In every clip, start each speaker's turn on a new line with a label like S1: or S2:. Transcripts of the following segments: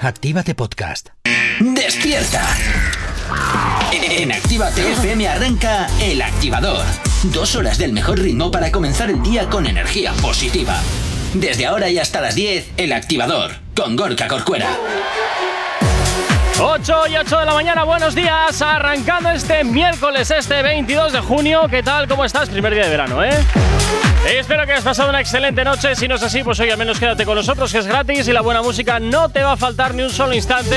S1: Actívate Podcast.
S2: ¡Despierta! En Actívate FM arranca El Activador. Dos horas del mejor ritmo para comenzar el día con energía positiva. Desde ahora y hasta las 10, El Activador, con Gorka Corcuera.
S3: 8 y 8 de la mañana, buenos días. Arrancando este miércoles, este 22 de junio. ¿Qué tal? ¿Cómo estás? Primer día de verano, ¿eh? Eh, Espero que hayas pasado una excelente noche. Si no es así, pues hoy al menos quédate con nosotros, que es gratis y la buena música no te va a faltar ni un solo instante.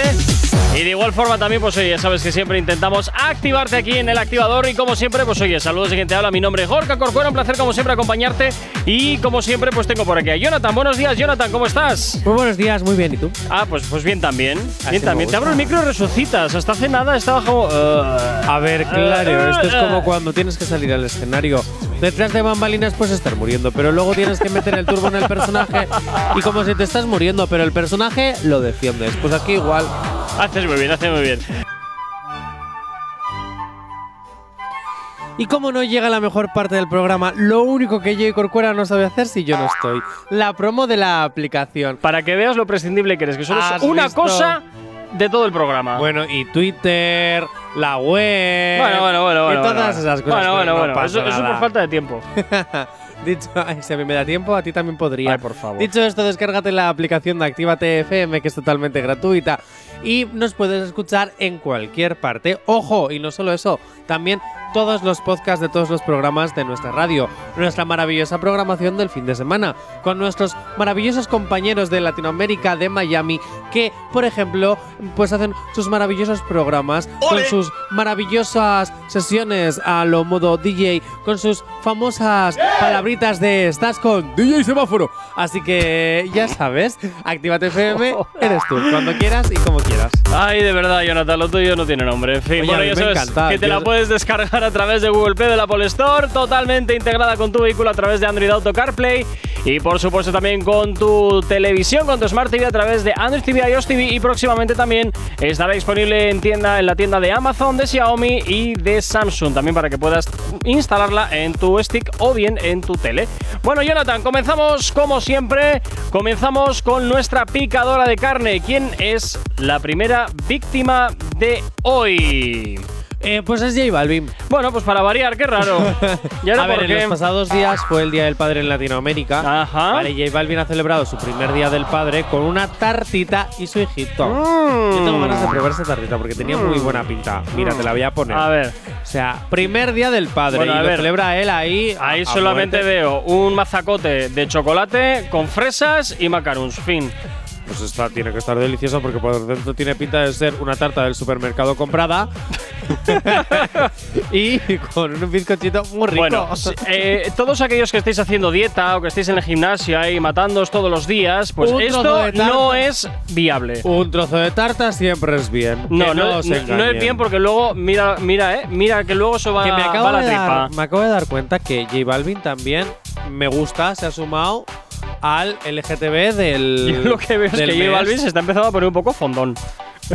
S3: Y de igual forma también, pues oye, ya sabes que siempre intentamos activarte aquí en el activador. Y como siempre, pues oye, saludos de quien te habla. Mi nombre es Jorka Corcuera, un placer como siempre acompañarte. Y como siempre, pues tengo por aquí a Jonathan. Buenos días, Jonathan, ¿cómo estás?
S4: Muy buenos días, muy bien, ¿y tú?
S3: Ah, pues, pues bien también.
S4: Así
S3: Bien
S4: me
S3: también. Te
S4: gusta.
S3: abro el micro y resucitas. Hasta hace nada estaba como. eh,
S4: A ver, claro,
S3: Eh,
S4: esto es
S3: eh, eh.
S4: como cuando tienes que salir al escenario. Detrás de bambalinas puedes estar muriendo, pero luego tienes que meter el turbo en el personaje y como si te estás muriendo, pero el personaje lo defiendes. Pues aquí igual.
S3: ah, haces muy bien, haces muy bien.
S4: Y como no llega la mejor parte del programa, lo único que yo y Corcuera no sabe hacer si yo no estoy. La promo de la aplicación.
S3: Para que veas lo prescindible que eres, que solo es
S4: Has
S3: una
S4: visto.
S3: cosa de todo el programa.
S4: Bueno, y Twitter, la web.
S3: Bueno, bueno, bueno. bueno,
S4: y todas
S3: bueno.
S4: esas cosas.
S3: Bueno,
S4: pero
S3: bueno,
S4: no
S3: bueno.
S4: pasa
S3: Eso, eso
S4: nada.
S3: por falta de tiempo.
S4: Dicho, ay, si a mí me da tiempo, a ti también podría.
S3: Ay, por favor.
S4: Dicho esto, descárgate la aplicación de Actívate FM, que es totalmente gratuita. Y nos puedes escuchar en cualquier parte. Ojo, y no solo eso, también todos los podcasts de todos los programas de nuestra radio. Nuestra maravillosa programación del fin de semana. Con nuestros maravillosos compañeros de Latinoamérica, de Miami, que, por ejemplo, pues hacen sus maravillosos programas con sus maravillosas sesiones a lo modo DJ, con sus
S3: ¡Eh!
S4: famosas palabritas de estás con DJ Semáforo. Así que ya sabes, Actívate FM, eres tú, cuando quieras y como quieras.
S3: Ay, de verdad, Jonathan, lo tuyo no tiene nombre. En fin,
S4: Oye,
S3: bueno,
S4: a mí
S3: ya
S4: me
S3: sabes
S4: encanta.
S3: que te
S4: Yo-
S3: la puedes descargar a través de Google Play de la Apple Store, totalmente integrada con tu vehículo a través de Android Auto CarPlay y por supuesto también con tu televisión, con tu Smart TV a través de Android TV, iOS TV y próximamente también estará disponible en tienda en la tienda de Amazon, de Xiaomi y de Samsung, también para que puedas instalarla en tu stick o bien en tu tele. Bueno, Jonathan, comenzamos como siempre, comenzamos con nuestra picadora de carne. ¿Quién es la primera víctima de hoy?
S4: Eh, pues es J Balvin.
S3: Bueno, pues para variar, qué raro. Y ahora
S4: a ver,
S3: por
S4: en
S3: qué.
S4: los pasados días fue el Día del Padre en Latinoamérica.
S3: Ajá.
S4: Vale, J Balvin ha celebrado su primer Día del Padre con una tartita y su hijito.
S3: Mm.
S4: Yo tengo ganas de probar esa tartita porque tenía muy buena pinta. Mira, te la voy a poner.
S3: A ver,
S4: O sea, primer día del padre.
S3: Bueno,
S4: y
S3: a
S4: lo
S3: ver.
S4: celebra él ahí. a-
S3: ahí
S4: a
S3: solamente
S4: muerte.
S3: veo un mazacote de chocolate con fresas y macarons. Fin.
S4: Pues está, tiene que estar delicioso porque por dentro tiene pinta de ser una tarta del supermercado comprada. y con un bizcochito muy rico.
S3: Bueno, si- eh, todos aquellos que estéis haciendo dieta o que estéis en el gimnasio y matándoos todos los días, pues
S4: Un trozo
S3: esto
S4: de tarta.
S3: no es viable.
S4: un trozo de tarta siempre es bien.
S3: No, no,
S4: Que os
S3: no- no es
S4: engañen.
S3: bien porque luego, mira, mira, eh, mira que luego eso va,
S4: Que me acabo,
S3: va a la
S4: de
S3: tripa.
S4: dar, me acabo de dar cuenta que J Balvin también me gusta, se ha sumado al LGTB
S3: Yo
S4: del.
S3: lo que veo es
S4: del
S3: que J
S4: mes.
S3: Balvin se está empezando a poner un poco fondón.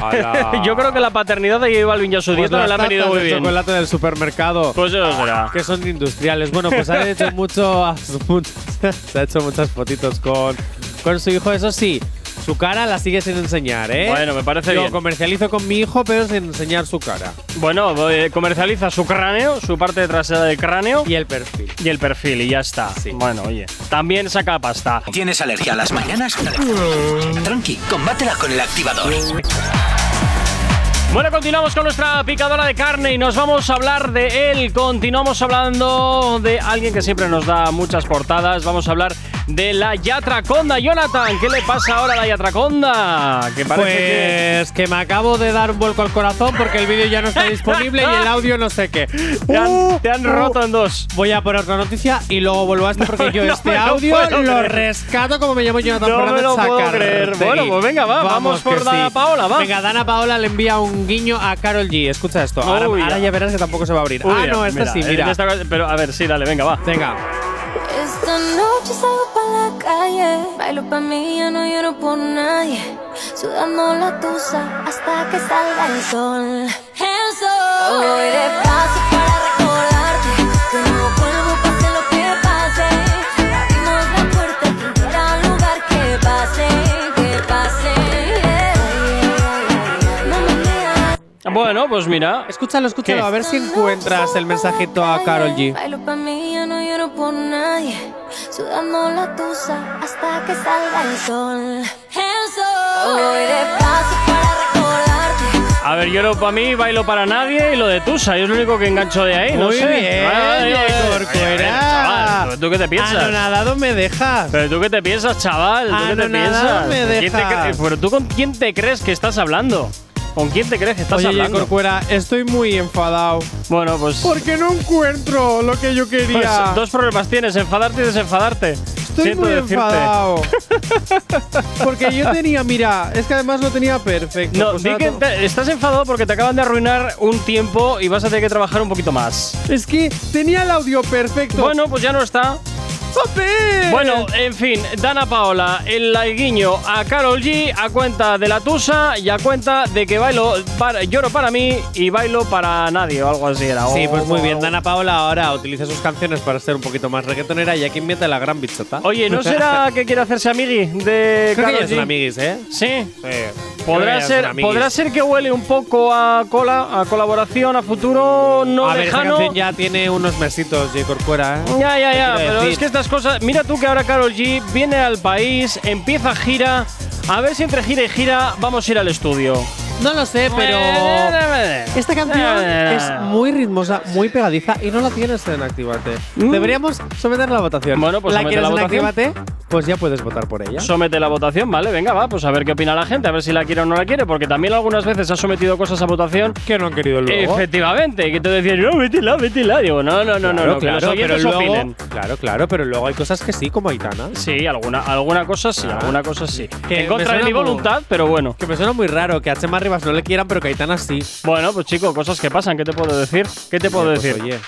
S4: Ala.
S3: Yo creo que la paternidad de J Balvin y a su
S4: Pues
S3: dieta no
S4: las
S3: le ha venido
S4: tartas
S3: muy
S4: de
S3: bien.
S4: chocolate del supermercado.
S3: Pues eso será.
S4: que son industriales. Bueno, pues ha hecho mucho, se ha hecho muchas fotitos con, con su hijo. Eso sí, su cara la sigue sin enseñar, ¿eh?
S3: Bueno, me parece
S4: Yo
S3: bien.
S4: comercializo con mi hijo, pero sin enseñar su cara
S3: Bueno, eh, comercializa su cráneo, su parte trasera del cráneo
S4: y el perfil.
S3: y el perfil, y ya está.
S4: Sí.
S3: Bueno, oye. También saca pasta.
S2: ¿Tienes alergia a las mañanas? Tranqui, combátela con El Activador.
S3: Bueno, continuamos con nuestra picadora de carne y nos vamos a hablar de él. Continuamos hablando de alguien que siempre nos da muchas portadas. Vamos a hablar de la Yatraconda. Jonathan, ¿qué le pasa ahora a la Yatraconda? Que parece que.
S4: Pues que me acabo de dar un vuelco al corazón porque el vídeo ya no está disponible y el audio no sé qué.
S3: Te
S4: Uh,
S3: han, te han
S4: uh.
S3: roto en dos.
S4: Voy a poner otra noticia y luego vuelvo a esto porque yo
S3: no
S4: este
S3: me lo
S4: audio
S3: puedo
S4: lo
S3: creer.
S4: rescato como me llamo Jonathan
S3: No me
S4: Fernández
S3: lo puedo
S4: Sacartegui.
S3: creer. Bueno, pues venga, va, vamos por
S4: que
S3: Dana Paola, va.
S4: Venga, Dana Paola le envía un guiño a Carol G. Escucha esto. Ahora,
S3: Uy,
S4: ahora
S3: ya.
S4: ya verás que tampoco se va a abrir. ah,
S3: Uy, eh,
S4: no, este sí,
S3: en
S4: mira.
S3: esta cosa- pero a ver, sí, dale, venga, va.
S4: Venga.
S5: Esta noche salgo pa' la calle, bailo pa' mí, yo no lloro por nadie, sudando la tusa hasta que salga el sol. El sol. Voy despacio para recordarte que no vuelvo pase lo que pase. Abrimos la puerta, quien quiera al lugar que pase, que pase. yeah.
S3: Bueno, pues mira.
S4: Escúchalo, escúchalo,
S3: ¿Qué?
S4: a ver si encuentras el mensajito a Carol G.
S5: Bailo pa' mí, yo no lloro por nadie. Sudando la tusa hasta que salga el sol. El sol. Voy despacio para recordarte.
S3: A ver, yo no para mí, bailo para nadie y lo de Tusa, yo es lo único que engancho de ahí, no
S4: Muy
S3: sé.
S4: bien,
S3: Ay, ay, ay, ay.
S4: Corcuera.
S3: Chaval, ¿tú qué te piensas?
S4: Anonadado me dejas.
S3: Pero tú qué te piensas, chaval, tú qué te piensas.
S4: Anonadado me
S3: ¿Quién te
S4: dejas.
S3: cre- Pero tú con quién te crees que estás hablando? ¿Con quién te crees que estás
S4: Oye, oye,
S3: hablando?
S4: Corcuera, estoy muy enfadado.
S3: bueno, pues,
S4: Porque no encuentro lo que yo
S3: pues
S4: quería.
S3: dos problemas tienes, enfadarte y desenfadarte.
S4: Estoy
S3: Siento
S4: muy
S3: decirte.
S4: enfadado. Porque yo tenía, mira, es que además lo tenía perfecto.
S3: No,
S4: Pues
S3: di
S4: ahora
S3: que
S4: tengo-
S3: te- estás enfadado porque te acaban de arruinar un tiempo y vas a tener que trabajar un poquito más.
S4: Es que tenía el audio perfecto.
S3: Bueno, pues ya no está.
S4: ¡Papel!
S3: Bueno, en fin, Dana Paola, el laiguiño a Carol G a cuenta de la tusa y a cuenta de que bailo, para- lloro para mí y bailo para nadie o algo así era.
S4: Sí,
S3: O-
S4: pues muy bien. Dana Paola ahora utiliza sus canciones para ser un poquito más reggaetonera y aquí inventa la gran bichota.
S3: Oye, ¿no será que quiere hacerse amigui de
S4: Creo que
S3: Karol
S4: ya es un
S3: G?
S4: amiguis, ¿eh?
S3: Sí.
S4: Sí.
S3: Podrá ser, podrá ser que huele un poco a cola, a colaboración, a futuro no
S4: a ver, esa
S3: lejano.
S4: canción ya tiene unos mesitos, J. Corcuera, ¿eh?
S3: Ya, ya, ya,
S4: Te quiero
S3: pero
S4: decir.
S3: es que estas cosas. Mira tú que ahora Carol G viene al país, empieza gira. A ver si entre gira y gira vamos a ir al estudio.
S4: No lo sé, pero. Esta
S3: Eh,
S4: canción es muy ritmosa, muy pegadiza y no la tienes en Actívate.
S3: Mm.
S4: Deberíamos someter la votación.
S3: Bueno, pues
S4: ¿La
S3: somete
S4: quieres
S3: la
S4: en
S3: votación.
S4: Actívate? Pues ya puedes votar por ella.
S3: Somete la votación, ¿vale? Venga, va, pues a ver qué opina la gente, a ver si la quiere o no la quiere, porque también algunas veces ha sometido cosas a votación.
S4: que no han querido
S3: Efectivamente, que te decían, no, métela, métela. Digo, no, no, no, no, no, que los oyentes
S4: pero luego,
S3: opinen.
S4: Claro, claro, pero luego hay cosas que sí, como Aitana.
S3: Sí, alguna, alguna cosa sí,
S4: Ah.
S3: alguna cosa sí.
S4: Que
S3: en
S4: me
S3: contra de
S4: suena
S3: mi
S4: como-
S3: voluntad, pero bueno.
S4: Que me suena muy raro que a Chema Rivas no le quieran, pero que a Aitana sí.
S3: Bueno, pues chico, cosas que pasan, ¿qué te puedo decir? ¿Qué te puedo
S4: Pues,
S3: decir?
S4: oye.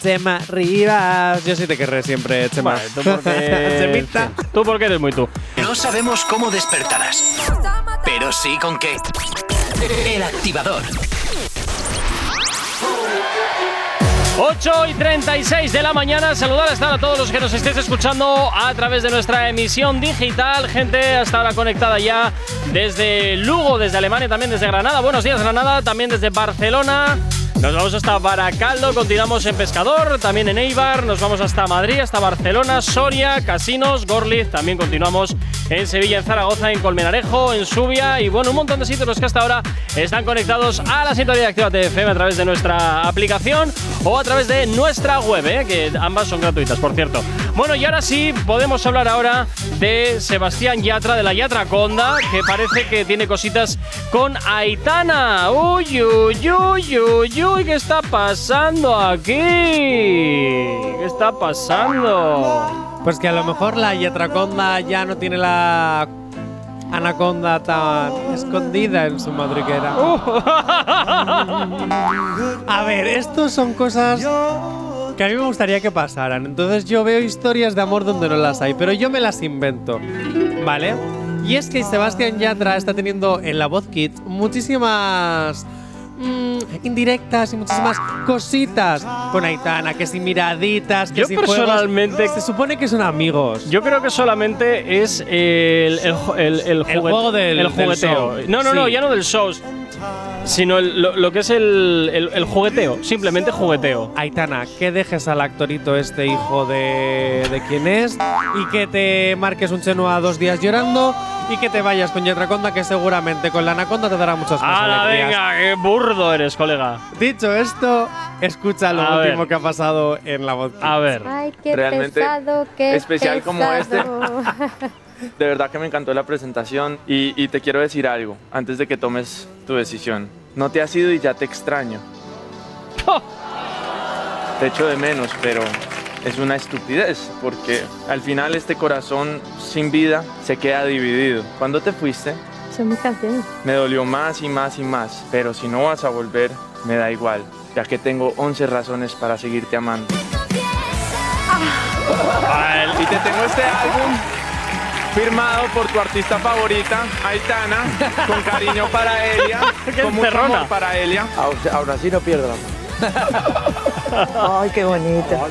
S4: Chema Rivas. Yo sí te querré siempre, Chema.
S3: Vale, tú porque-
S4: Chemita.
S3: Tú porque eres muy tú.
S2: No sabemos cómo despertarás, pero sí con qué. El activador.
S3: 8 y 36 de la mañana. Saludar hasta ahora a todos los que nos estéis escuchando a través de nuestra emisión digital. Gente hasta ahora conectada ya desde Lugo, desde Alemania, también desde Granada. Buenos días, Granada. También desde Barcelona. Nos vamos hasta Baracaldo, continuamos en Pescador, también en Eibar, nos vamos hasta Madrid, hasta Barcelona, Soria, Casinos, Gorliz, también continuamos en Sevilla, en Zaragoza, en Colmenarejo, en Subia y bueno, un montón de sitios los que hasta ahora están conectados a la sintonía de Actívate FM a través de nuestra aplicación o a través de nuestra web, ¿eh? que ambas son gratuitas, por cierto. Bueno, y ahora sí, podemos hablar ahora de Sebastián Yatra, de la Yatra Conda, que parece que tiene cositas con Aitana. Uy, uy, uy, uy, uy, ¿qué está pasando aquí? ¿Qué está pasando?
S4: Pues que a lo mejor la Yatraconda ya no tiene la anaconda tan escondida en su madriguera.
S3: Uh.
S4: A ver, estos son cosas que a mí me gustaría que pasaran. Entonces yo veo historias de amor donde no las hay, pero yo me las invento, ¿vale? Y es que Sebastián Yatra está teniendo en la voz Kids muchísimas mm, indirectas y muchísimas cositas con Aitana, que si miraditas, que
S3: Yo
S4: si juegos.
S3: personalmente-
S4: se supone que son amigos.
S3: Yo creo que solamente es el, el, ju- el- el
S4: El
S3: juguet-
S4: juego
S3: el
S4: del- del
S3: jugueteo.
S4: show.
S3: no, no, no,
S4: Sí.
S3: ya no del show, sino el- lo, lo que es el, el- el jugueteo, simplemente jugueteo.
S4: Aitana, que dejes al actorito este hijo de, de quién es y que te marques un cheno a dos días llorando y que te vayas con Yatraconda que seguramente con la anaconda te dará muchas más
S3: ¡Hala,
S4: alegrías.
S3: venga! ¡Qué burdo eres, colega!
S4: Dicho esto, escucha lo
S3: A
S4: último
S3: ver.
S4: que ha pasado en la voz.
S3: A ver.
S1: Ay, qué
S6: Realmente
S1: pesado, qué
S6: especial como este.
S1: pesado.
S6: De verdad que me encantó la presentación y, y te quiero decir algo antes de que tomes tu decisión. No te has ido y ya te extraño. Te echo de menos, pero es una estupidez porque al final este corazón sin vida se queda dividido. Cuando te fuiste,
S1: Son mis canciones.
S6: me dolió más y más y más, pero si no vas a volver, me da igual, ya que tengo 11 razones para seguirte amando. Y te tengo este álbum firmado por tu artista favorita, Aitana, con cariño para Elia,
S3: ¡Qué
S6: con mucho
S3: encerrona!
S6: amor para Elia. Ahora sí no pierdas.
S7: Ay, qué bonito.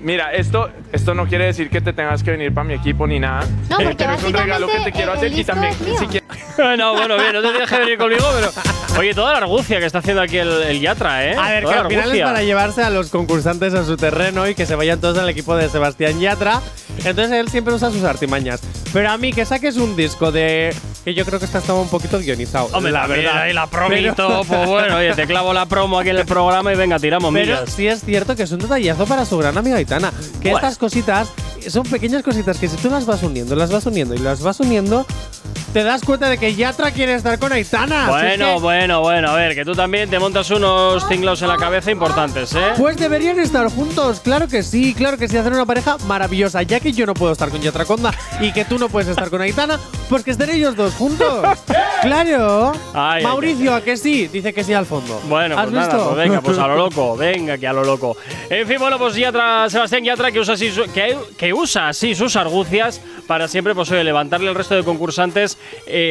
S6: Mira, esto, esto no quiere decir que te tengas que venir para mi equipo ni nada,
S1: No,
S6: eh,
S1: porque
S6: pero es un regalo que
S1: básicamente
S6: te quiero
S1: el
S6: hacer y
S1: disco
S6: también
S1: es mío.
S6: si quieres-
S3: no, bueno, bien, no te tienes que venir conmigo, pero Oye, toda la argucia que está haciendo aquí el, el Yatra, ¿eh?
S4: A ver,
S3: Toda
S4: que
S3: la
S4: al final es
S3: argucia.
S4: para llevarse a los concursantes a su terreno y que se vayan todos al equipo de Sebastián Yatra. Entonces él siempre usa sus artimañas. Pero a mí que saques un disco de. que yo creo que está estaba un poquito guionizado.
S3: Hombre,
S4: la
S3: también,
S4: verdad.
S3: ahí la
S4: Pero-
S3: promito, pues bueno, oye, te clavo la promo aquí en el programa y venga, tiramos
S4: Pero
S3: millas.
S4: sí es cierto que es un detallazo para su gran amiga Aitana. Que
S3: Bueno.
S4: estas cositas son pequeñas cositas que si tú las vas uniendo, las vas uniendo y las vas uniendo, te das cuenta de que Yatra quiere estar con Aitana. Si es
S3: Bueno,
S4: que-
S3: bueno, bueno, a ver, que tú también te montas unos tinglados en la cabeza importantes, ¿eh?
S4: Pues deberían estar juntos, claro que sí, claro que sí, hacer una pareja maravillosa, ya que yo no puedo estar con Yatra Conda y que tú no puedes estar con Aitana, pues que estén ellos dos juntos. claro.
S3: Ay, ay,
S4: Mauricio, ¿a que sí? Dice que sí al fondo.
S3: Bueno,
S4: ¿Has
S3: pues nada,
S4: visto?
S3: pues venga, pues a lo loco, venga, que a lo loco. En fin, bueno, pues Yatra, Sebastián Yatra, que usa así, su- que, que usa así sus argucias para siempre, pues oye, levantarle al resto de concursantes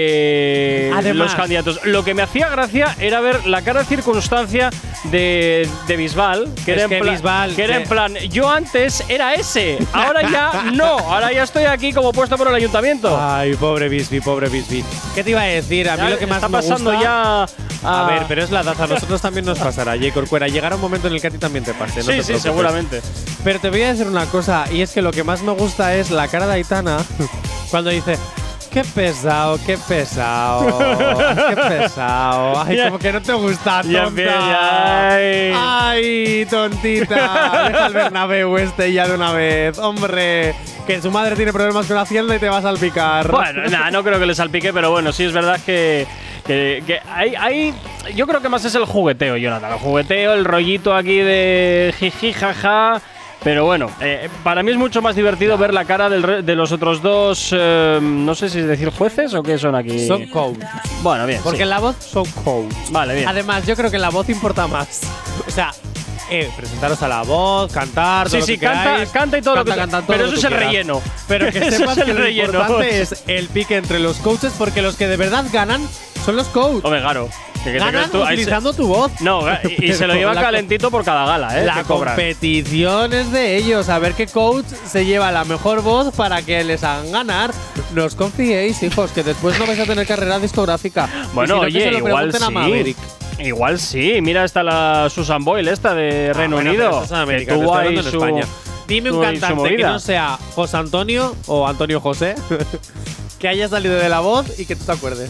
S3: eh,
S4: Además.
S3: los candidatos. Lo que me hacía gracia era ver la cara de circunstancia de, de Bisbal, que,
S4: Es
S3: era, en
S4: que
S3: pla-
S4: Bisbal,
S3: que era en
S4: sí.
S3: plan, yo antes era ese, ahora ya no, ahora ya estoy aquí como puesto por el ayuntamiento.
S4: Ay, pobre Bisbee, pobre Bisbee. ¿Qué te iba a decir? A mí
S3: Ya
S4: lo que más
S3: está
S4: me
S3: pasando
S4: gusta-
S3: ya
S4: A ver, pero es la edad. A nosotros también nos pasará, J. Corcuera. Llegará un momento en el que a ti también te pase. no
S3: Sí,
S4: te
S3: sí,
S4: preocupes.
S3: seguramente.
S4: Pero te voy a decir una cosa, y es que lo que más me gusta es la cara de Aitana cuando dice. Qué pesado, qué pesado, qué pesado. Ay,
S3: Ya.
S4: como que no te gusta, tonta.
S3: Ya empieza, ay.
S4: Ay, tontita. Deja el Bernabéu este ya de una vez. Hombre, que su madre tiene problemas con Hacienda y te va a salpicar.
S3: Bueno, nada, no creo que le salpique, pero bueno, sí es verdad que, que, que hay, hay- Yo creo que más es el jugueteo, Jonathan. El jugueteo, el rollito aquí de jiji, jaja. Pero bueno, eh, para mí es mucho más divertido ver la cara del re- de los otros dos. eh, no sé si es decir jueces o qué son aquí.
S4: Son coach.
S3: Bueno, bien.
S4: Porque
S3: sí.
S4: la voz son coach.
S3: Vale, bien.
S4: Además, yo creo que la voz importa más. O sea, eh, presentaros a la voz, cantar, todo
S3: Sí,
S4: lo
S3: sí,
S4: que
S3: canta,
S4: queráis.
S3: canta y todo lo que
S4: Canta, canta todo
S3: Pero
S4: lo
S3: eso
S4: que
S3: es el
S4: quieras.
S3: relleno.
S4: Pero que
S3: Eso
S4: sepas
S3: es
S4: que
S3: el
S4: lo
S3: relleno.
S4: importante es el pique entre los coaches, porque los que de verdad ganan son los coaches.
S3: Hombre, claro. que- que te
S4: Ganan
S3: crees tú, ahí se-
S4: utilizando tu voz.
S3: No, y, y se lo
S4: Pero
S3: lleva
S4: la co-
S3: calentito por cada gala, ¿eh?
S4: La
S3: que cobran.
S4: competición es de ellos, a ver qué coach se lleva la mejor voz para que les hagan ganar. No os confiéis, hijos, que después no vais a tener carrera discográfica. Y
S3: Bueno,
S4: si no, que se
S3: oye,
S4: lo
S3: igual
S4: pregunten a
S3: sí.
S4: Maverick.
S3: Igual sí. Mira, está la Susan Boyle, esta de Reino
S4: Ah, bueno,
S3: Unido.
S4: pero esto es en América,
S3: que
S4: te
S3: tuvo
S4: estoy
S3: ahí
S4: hablando en
S3: su-
S4: España. Dime un
S3: tuvo ahí su
S4: cantante que
S3: movida.
S4: no sea José Antonio o Antonio José, que haya salido de la voz y que tú te acuerdes.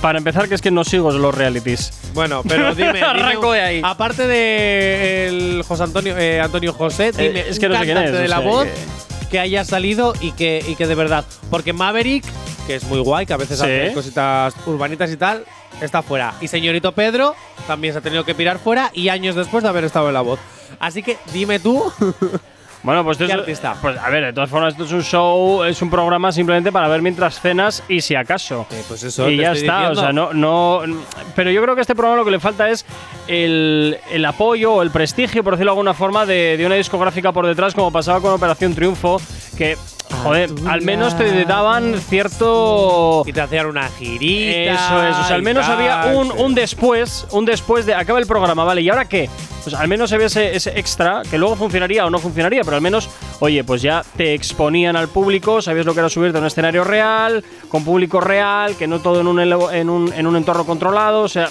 S3: Para empezar, que es que no sigo los realities.
S4: Bueno, pero dime. dime un-
S3: Arranco de ahí.
S4: Aparte de el José Antonio, eh, Antonio José, dime
S3: Eh, es que
S4: un
S3: no sé quién es,
S4: cantante de
S3: o
S4: la
S3: sea
S4: voz
S3: que-
S4: que... haya salido y que, y que de verdad. Porque Maverick, que es muy guay, que a veces
S3: Sí.
S4: hace cositas urbanitas y tal, está fuera. Y señorito Pedro también se ha tenido que pirar fuera y años después de haber estado en la voz. Así que dime tú.
S3: Bueno, pues, esto
S4: ¿Qué
S3: es-
S4: artista?
S3: pues a ver, de todas formas, esto es un show, es un programa simplemente para ver mientras cenas y si acaso.
S4: Eh, pues eso.
S3: y
S4: te
S3: ya
S4: estoy
S3: está,
S4: diciendo.
S3: o sea, no, no. Pero yo creo que a este programa lo que le falta es el, el apoyo o el prestigio, por decirlo de alguna forma, de, de una discográfica por detrás, como pasaba con Operación Triunfo, que,
S4: Ah,
S3: joder,
S4: tu
S3: al menos te
S4: lado
S3: daban cierto.
S4: Y te hacían una girita.
S3: Eso es, o sea, al
S4: y
S3: menos
S4: tal,
S3: había un,
S4: pero-
S3: un después, un después de acaba el programa, ¿vale? ¿Y ahora qué? Pues al menos había ese, ese extra que luego funcionaría o no funcionaría, pero al menos, oye, pues ya te exponían al público, sabías lo que era subirte a un escenario real, con público real, que no todo en un, elo- en un, en un entorno controlado, o sea,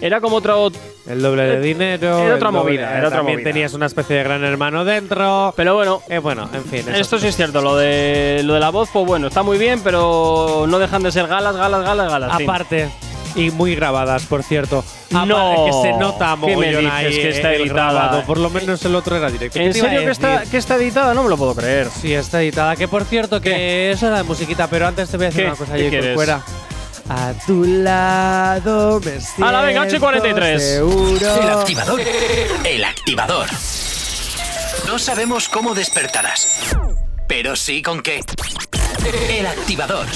S3: era como otro.
S4: El doble de dinero.
S3: Era
S4: el
S3: otra
S4: doble-
S3: movida, era otra
S4: También
S3: movida.
S4: tenías una especie de gran hermano dentro.
S3: Pero bueno.
S4: Eh, bueno, en fin. eso.
S3: Esto sí es cierto, lo de, lo de la voz, pues bueno, está muy bien, pero no dejan de ser galas, galas, galas, galas. fin.
S4: Aparte. Y muy grabadas, por cierto. Aparte
S3: No.
S4: Que se nota
S3: ¿Qué me
S4: mogollón
S3: dices
S4: ahí
S3: que está
S4: el
S3: editada?
S4: grabado. Por lo menos el otro era directo. ¿Qué
S3: ¿En
S4: te iba a
S3: serio que está,
S4: decir?
S3: que está editada? No me lo puedo creer.
S4: Sí, está editada. Que por cierto, que eso era de musiquita, pero antes te voy a decir
S3: ¿Qué?
S4: una cosa,
S3: ¿Qué
S4: Jacob,
S3: quieres?
S4: fuera. A tu lado me siento
S3: Ala, venga, 8:43.
S4: seguro.
S2: El activador. El activador. No sabemos cómo despertarás, pero sí con qué. El activador.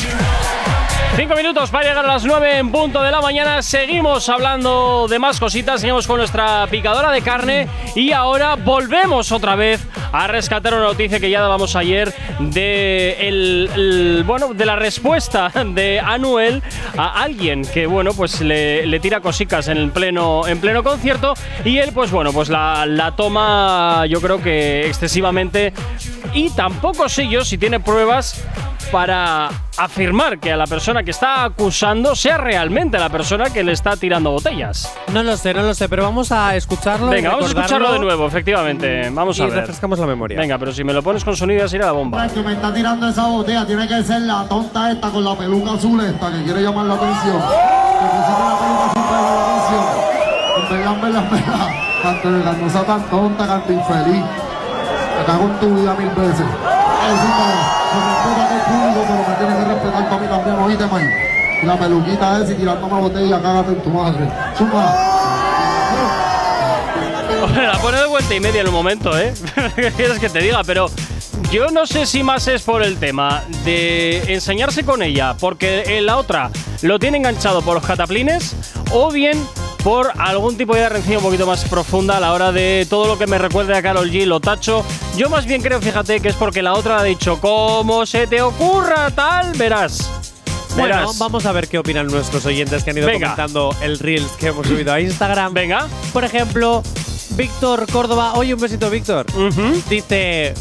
S3: Cinco minutos para llegar a las nueve en punto de la mañana. Seguimos hablando de más cositas. Seguimos con nuestra picadora de carne. Y ahora volvemos otra vez a rescatar una noticia que ya dábamos ayer de el, el- bueno de la respuesta de Anuel a alguien que bueno pues le, le tira cosicas en el pleno en pleno concierto y él pues bueno pues la, la toma yo creo que excesivamente y tampoco sé yo si tiene pruebas para afirmar que a la persona que está acusando sea realmente la persona que le está tirando botellas.
S4: No lo sé, no lo sé, pero vamos a escucharlo. y
S3: Venga, vamos a
S4: recordarlo
S3: escucharlo de nuevo, efectivamente. Vamos
S4: Y
S3: a ver.
S4: refrescamos la memoria.
S3: Venga, pero si me lo pones con sonido, así era la bomba.
S1: Nacho, me está tirando esa botella, tiene que ser la tonta esta con la peluca azul esta que quiere llamar la atención. Que pusiste la peluca azul para llamar la atención. En verdad, en verdad, en verdad. Canto de carnosa tan tonta, canto infeliz. Te cago en tu vida mil veces. Encima, me respeta que es público, pero me tiene que respetar para mí también, oíste, man. Y la peluquita esa y tirándome la botella, cágate en tu madre. Zumba.
S3: Hombre, la pone de vuelta y media en un momento, ¿eh? ¿Qué quieres que te diga? Pero yo no sé si más es por el tema de enseñarse con ella, porque en la otra lo tiene enganchado por los cataplines, o bien por algún tipo de rencilla un poquito más profunda a la hora de todo lo que me recuerde a Carol G, lo tacho. Yo más bien creo, fíjate, que es porque la otra ha dicho, como se te ocurra tal, verás. Verás.
S4: Bueno, vamos a ver qué opinan nuestros oyentes que han ido
S3: Venga.
S4: comentando el Reels que hemos subido a Instagram.
S3: Venga.
S4: Por ejemplo, Víctor Córdoba. Oye, un besito, Víctor.
S3: Ujú.
S4: Dice: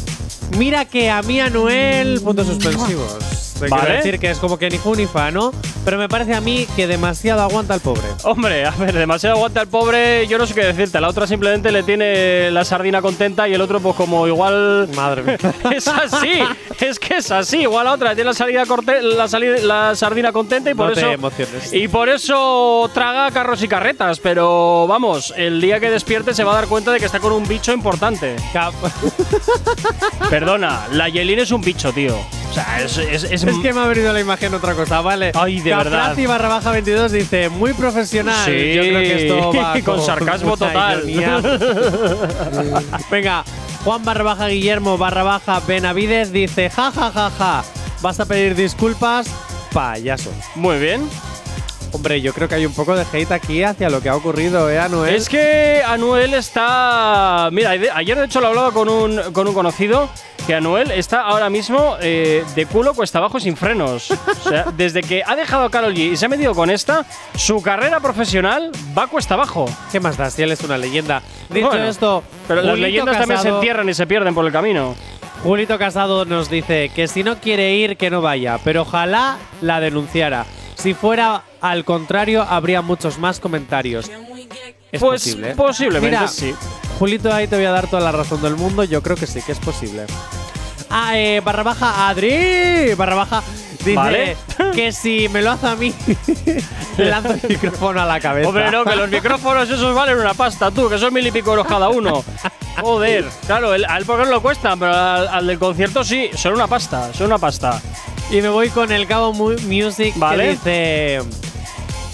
S4: Mira que a mí Anuel. Puntos suspensivos. Te
S3: Vale.
S4: quiero decir que es como que ni fu ni fa, ¿no? Pero me parece a mí que demasiado aguanta el pobre.
S3: Hombre, a ver, demasiado aguanta el pobre, yo no sé qué decirte. La otra simplemente le tiene la sardina contenta y el otro, pues como igual.
S4: Madre mía.
S3: es así, es que es así. Igual la otra tiene la, salida corte- la, sali- la sardina contenta y por
S4: No te
S3: eso.
S4: emociones.
S3: Y por eso traga carros y carretas. Pero vamos, el día que despierte se va a dar cuenta de que está con un bicho importante.
S4: Cap- Ah.
S3: Perdona, la Yelin es un bicho, tío. O sea, es. Es, es-
S4: es que me ha venido a la imagen otra cosa, ¿vale?
S3: Ay, de
S4: Capraz
S3: verdad.
S4: y barra baja 22 dice: Muy profesional.
S3: Sí.
S4: Yo creo que esto va
S3: Con sarcasmo
S4: mucha
S3: total.
S4: ironía. Venga, Juan barra baja Guillermo barra baja Benavides dice, ja, ja, ja, ja, vas a pedir disculpas, payaso.
S3: Muy bien.
S4: Hombre, yo creo que hay un poco de hate aquí hacia lo que ha ocurrido, ¿eh, Anuel?
S3: Es que Anuel está. Mira, de- ayer de hecho lo hablaba con un, con un conocido. Que Anuel está ahora mismo eh, de culo cuesta abajo sin frenos. O sea, desde que ha dejado a Carol G y se ha metido con esta, su carrera profesional va cuesta abajo.
S4: ¿Qué más da si él es una leyenda? Dicho
S3: Bueno,
S4: esto,
S3: Pero las
S4: Julito
S3: leyendas también se
S4: Casado-
S3: entierran y se pierden por el camino.
S4: Julito Casado nos dice que si no quiere ir, que no vaya, pero ojalá la denunciara. Si fuera al contrario, habría muchos más comentarios. Es
S3: pues
S4: posible. ¿eh?
S3: posiblemente
S4: Mira,
S3: sí.
S4: Julito, ahí te voy a dar toda la razón del mundo. Yo creo que sí, que es posible. Ah, eh, barra baja Adri, barra baja, dice
S3: Vale.
S4: que si me lo hace a mí, le lanzo el micrófono a la cabeza.
S3: Hombre, no, que los micrófonos esos valen una pasta, tú, que son mil y pico euros cada uno. Joder, claro, el, al programa lo cuesta, pero al, al del concierto sí, son una pasta, son una pasta.
S4: Y me voy con el Cabo Mu- Music
S3: Vale.
S4: que dice.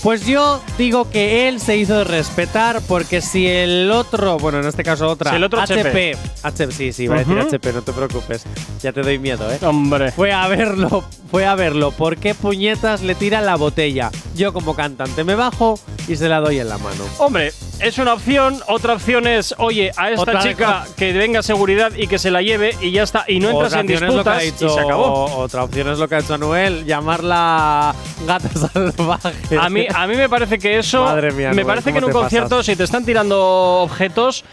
S4: Pues yo digo que él se hizo respetar porque si el otro, bueno, en este caso otra,
S3: Si el otro
S4: HP, HP, sí, sí, iba a decir
S3: Ujú.
S4: HP, no te preocupes, ya te doy miedo, ¿eh?
S3: Hombre.
S4: Fue a verlo, fue a verlo. ¿Por qué puñetas le tira la botella? Yo como cantante me bajo y se la doy en la mano.
S3: Hombre, es una opción. Otra opción es, oye, a esta
S4: Otra-
S3: chica que venga seguridad y que se la lleve y ya está. Y no entras
S4: Otra
S3: en
S4: opción es lo que ha
S3: disputas y se
S4: dicho-
S3: acabó.
S4: Otra opción es lo que ha hecho Anuel, llamarla gata salvaje.
S3: A mí, a mí me parece que eso.
S4: Madre mía,
S3: me
S4: Rubén,
S3: parece que en
S4: ¿cómo
S3: un
S4: te
S3: concierto,
S4: pasas?
S3: si te están tirando objetos.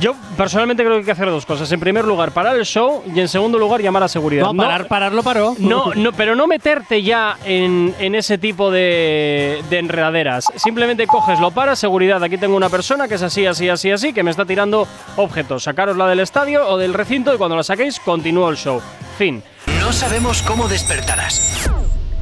S3: Yo personalmente creo que hay que hacer dos cosas. En primer lugar, parar el show y en segundo lugar, llamar a seguridad.
S4: no, parar, pararlo paró.
S3: No, no, pero no meterte ya en, en ese tipo de, de enredaderas. Simplemente coges, lo paras, seguridad. Aquí tengo una persona que es así, así, así, así, que me está tirando objetos. Sacarosla del estadio o del recinto y cuando la saquéis, continúo el show. Fin.
S2: No sabemos cómo despertarás,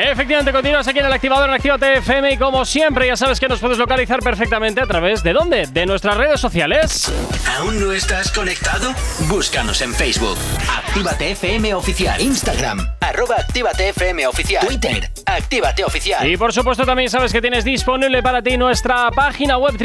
S3: Efectivamente, continúas aquí en el activador en Actívate FM y como siempre, ya sabes que nos puedes localizar perfectamente a través de dónde? De nuestras redes sociales.
S2: ¿Aún no estás conectado? Búscanos en Facebook. Actívate FM Oficial. Instagram. Arroba Actívate FM Oficial. Twitter. Actívate Oficial.
S3: Y por supuesto también sabes que tienes disponible para ti nuestra página web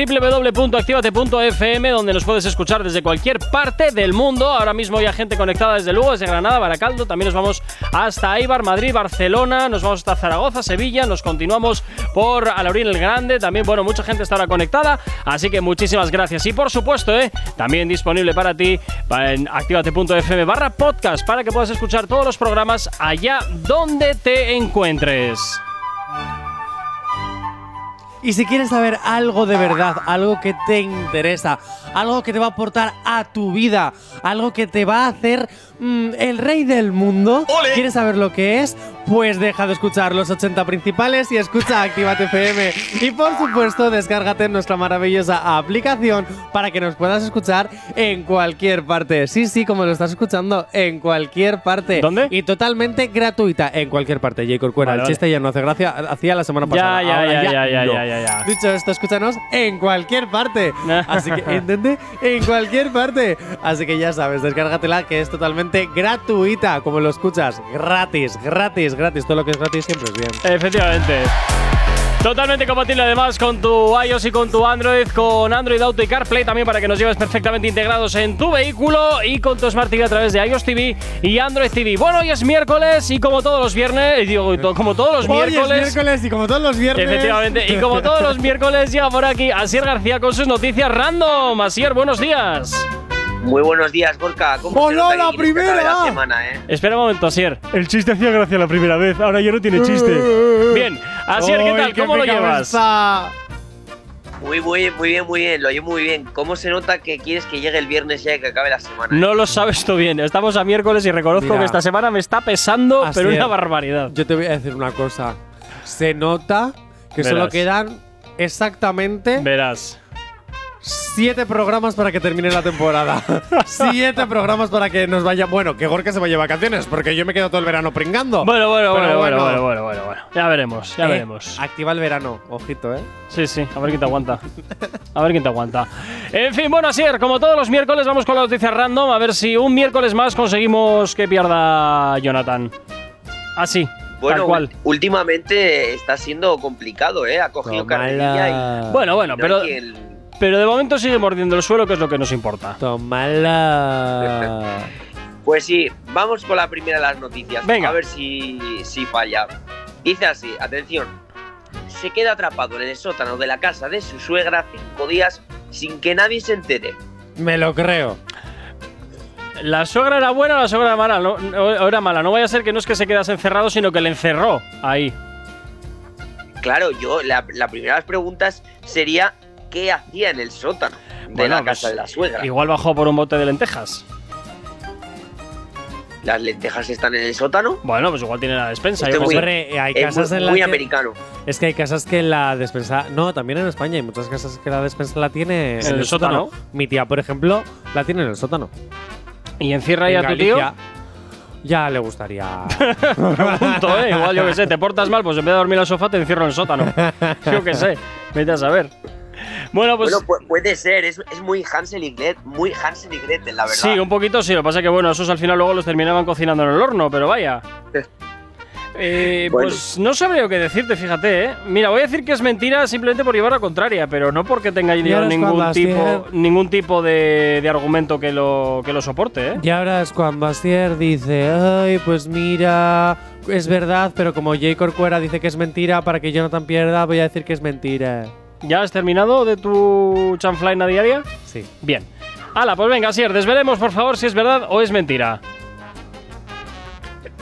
S3: www.activate.fm donde nos puedes escuchar desde cualquier parte del mundo. Ahora mismo hay gente conectada desde Lugo, desde Granada, Baracaldo, también nos vamos hasta Eibar, Madrid, Barcelona, nos vamos hasta Zaragoza, Sevilla, nos continuamos por Alaurín el Grande, también bueno, mucha gente está ahora conectada, así que muchísimas gracias. Y por supuesto, ¿eh? también disponible para ti en activate.fm barra podcast para que puedas escuchar todos los programas allá donde te encuentres.
S4: Y si quieres saber algo de verdad, algo que te interesa, algo que te va a aportar a tu vida, algo que te va a hacer mm, el rey del mundo, ¿quieres saber lo que es? Pues deja de escuchar los 80 principales y escucha Actívate FM. Y por supuesto, descárgate nuestra maravillosa aplicación para que nos puedas escuchar en cualquier parte. Sí, sí, como lo estás escuchando, en cualquier parte.
S3: ¿Dónde?
S4: Y totalmente gratuita, en cualquier parte. J. Corcuera,
S3: Vale,
S4: el
S3: vale.
S4: chiste ya no hace gracia, hacía la semana
S3: Ya,
S4: pasada.
S3: ya, ya,
S4: Ahora
S3: ya, ya,
S4: no.
S3: ya, ya, ya.
S4: Dicho esto, escúchanos en cualquier parte. Así que, ¿entiende? En cualquier parte. Así que ya sabes, descárgatela que es totalmente gratuita, como lo escuchas. Gratis, gratis, gratis. Todo lo que es gratis siempre es bien.
S3: Efectivamente. Totalmente compatible además con tu iOS y con tu Android, con Android Auto y CarPlay también para que nos lleves perfectamente integrados en tu vehículo y con tu Smart TV a través de iOS TV y Android TV. Bueno, hoy es miércoles y como todos los viernes, digo, to- como todos los
S4: Hoy es
S3: miércoles,
S4: miércoles y como todos los viernes.
S3: efectivamente, y como todos los miércoles llega por aquí Asier García con sus noticias random. Asier, buenos días.
S7: Muy buenos días, Gorka. ¿Cómo
S4: ¡Hola,
S7: se nota que
S4: la
S7: quieres que acabe
S4: primera!
S7: La semana, ¿eh?
S3: Espera un momento, Asier.
S8: El chiste hacía gracia la primera vez, ahora ya no tiene chiste.
S3: Bien, Asier, ¿qué
S4: Uy,
S3: tal? ¿Cómo lo
S4: pica
S3: llevas?
S4: cabeza.
S7: Muy, muy bien, muy bien, muy bien. Lo llevo muy bien. ¿Cómo se nota que quieres que llegue el viernes ya y que acabe la semana?
S3: No lo sabes tú bien. Estamos a miércoles y reconozco
S4: Mira.
S3: que esta semana me está pesando,
S4: Así
S3: pero
S4: es.
S3: una barbaridad.
S4: Yo te voy a decir una cosa. Se nota que solo
S3: Verás.
S4: quedan exactamente
S3: Verás.
S4: Siete programas para que termine la temporada. Siete programas para que nos vaya. Bueno, que Gorka se vaya a vacaciones, porque yo me quedo todo el verano pringando.
S3: Bueno, bueno,
S4: Oh, Pero
S3: bueno, bueno,
S4: bueno.
S3: bueno, bueno, bueno, bueno. Ya veremos, ya
S4: Eh,
S3: veremos.
S4: Activa el verano, ojito, ¿eh?
S3: Sí, sí, a ver quién te aguanta. A ver quién te aguanta. En fin, bueno, Asier, como todos los miércoles vamos con la noticia random, a ver si un miércoles más conseguimos que pierda Jonathan. Así,
S7: bueno,
S3: tal cual.
S7: ul- últimamente está siendo complicado, ¿eh? Ha cogido carrerilla
S4: Tómala.
S3: Bueno,
S7: y.
S3: bueno,
S7: y no
S3: pero,
S7: hay quien-
S3: pero de momento sigue mordiendo el suelo, que es lo que nos importa.
S4: Tómala.
S7: Pues sí, vamos con la primera de las noticias.
S3: Venga.
S7: A ver si, si falla. Dice así, atención. Se queda atrapado en el sótano de la casa de su suegra cinco días sin que nadie se entere.
S4: Me lo creo.
S3: La suegra era buena o la suegra era mala, no, no- era mala. No vaya a ser que no es que se quedase encerrado, sino que le encerró ahí.
S7: Claro, yo la, la primera de las preguntas sería ¿qué hacía en el sótano de
S3: Bueno,
S7: la casa
S3: pues,
S7: de la suegra?
S3: Igual bajó por un bote de lentejas.
S7: ¿Las lentejas están en el sótano?
S3: Bueno, pues igual tiene la despensa.
S4: Este
S7: Estoy
S3: yo qué
S7: muy-
S3: sé.
S4: Hombre, hay
S7: Es
S4: casas
S7: muy,
S4: en la
S7: muy
S4: que-
S7: americano.
S4: Es que hay casas que la despensa. No, también en España hay muchas casas que la despensa la tiene
S3: En el sótano.
S4: Mi tía, por ejemplo, la tiene en el sótano.
S3: Y encierra ahí
S4: En
S3: a tu tío.
S4: Galicia. Ya le gustaría.
S3: Pregunto, ¿eh? Igual yo que sé, te portas mal, pues en vez de dormir en el sofá te encierro en el sótano. Yo que sé, vete a saber. Bueno, pues.
S7: bueno, pu- puede ser, es, es muy Hansel y Gretel, muy Hansel y Gretel, la verdad.
S3: sí, un poquito sí. Lo que pasa es que, bueno, esos al final luego los terminaban cocinando en el horno, pero vaya. Eh,
S7: Bueno.
S3: Pues no sabría qué decirte, fíjate, ¿eh? Mira, voy a decir que es mentira simplemente por llevar la contraria, pero no porque tenga yo
S4: ahora es cuando
S3: ningún tipo,
S4: Asier-
S3: ningún tipo de, de argumento que lo, que lo soporte, ¿eh?
S4: Y ahora es cuando Asier dice, ay, pues mira, es verdad, pero como J. Corcuera dice que es mentira, para que Jonathan pierda, voy a decir que es mentira.
S3: ¿Ya has terminado de tu chanflaina diaria?
S4: Sí.
S3: Bien. Hala, pues venga, Sier, desvelemos por favor si es verdad o es mentira.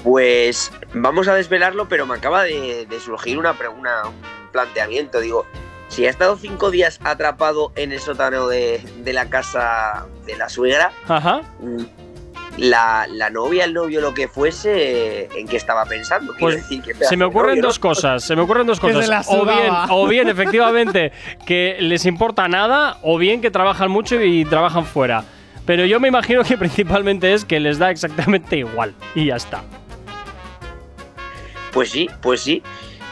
S7: Pues vamos a desvelarlo, pero me acaba de, de surgir una, pre- una- un planteamiento. Digo, si ha estado cinco días atrapado en el sótano de, de la casa de la suegra,
S3: Ajá.
S7: mm, la, la novia, el novio, lo que fuese, ¿en qué estaba pensando? Quiero
S3: Pues,
S7: decir, que
S3: Se me ocurren dos cosas, se me ocurren dos
S4: Que se
S3: cosas.
S4: la
S3: O bien,
S4: sudaba.
S3: o bien, efectivamente, que les importa nada, o bien que trabajan mucho y trabajan fuera. Pero yo me imagino que principalmente es que les da exactamente igual. Y ya está.
S7: Pues sí, pues sí.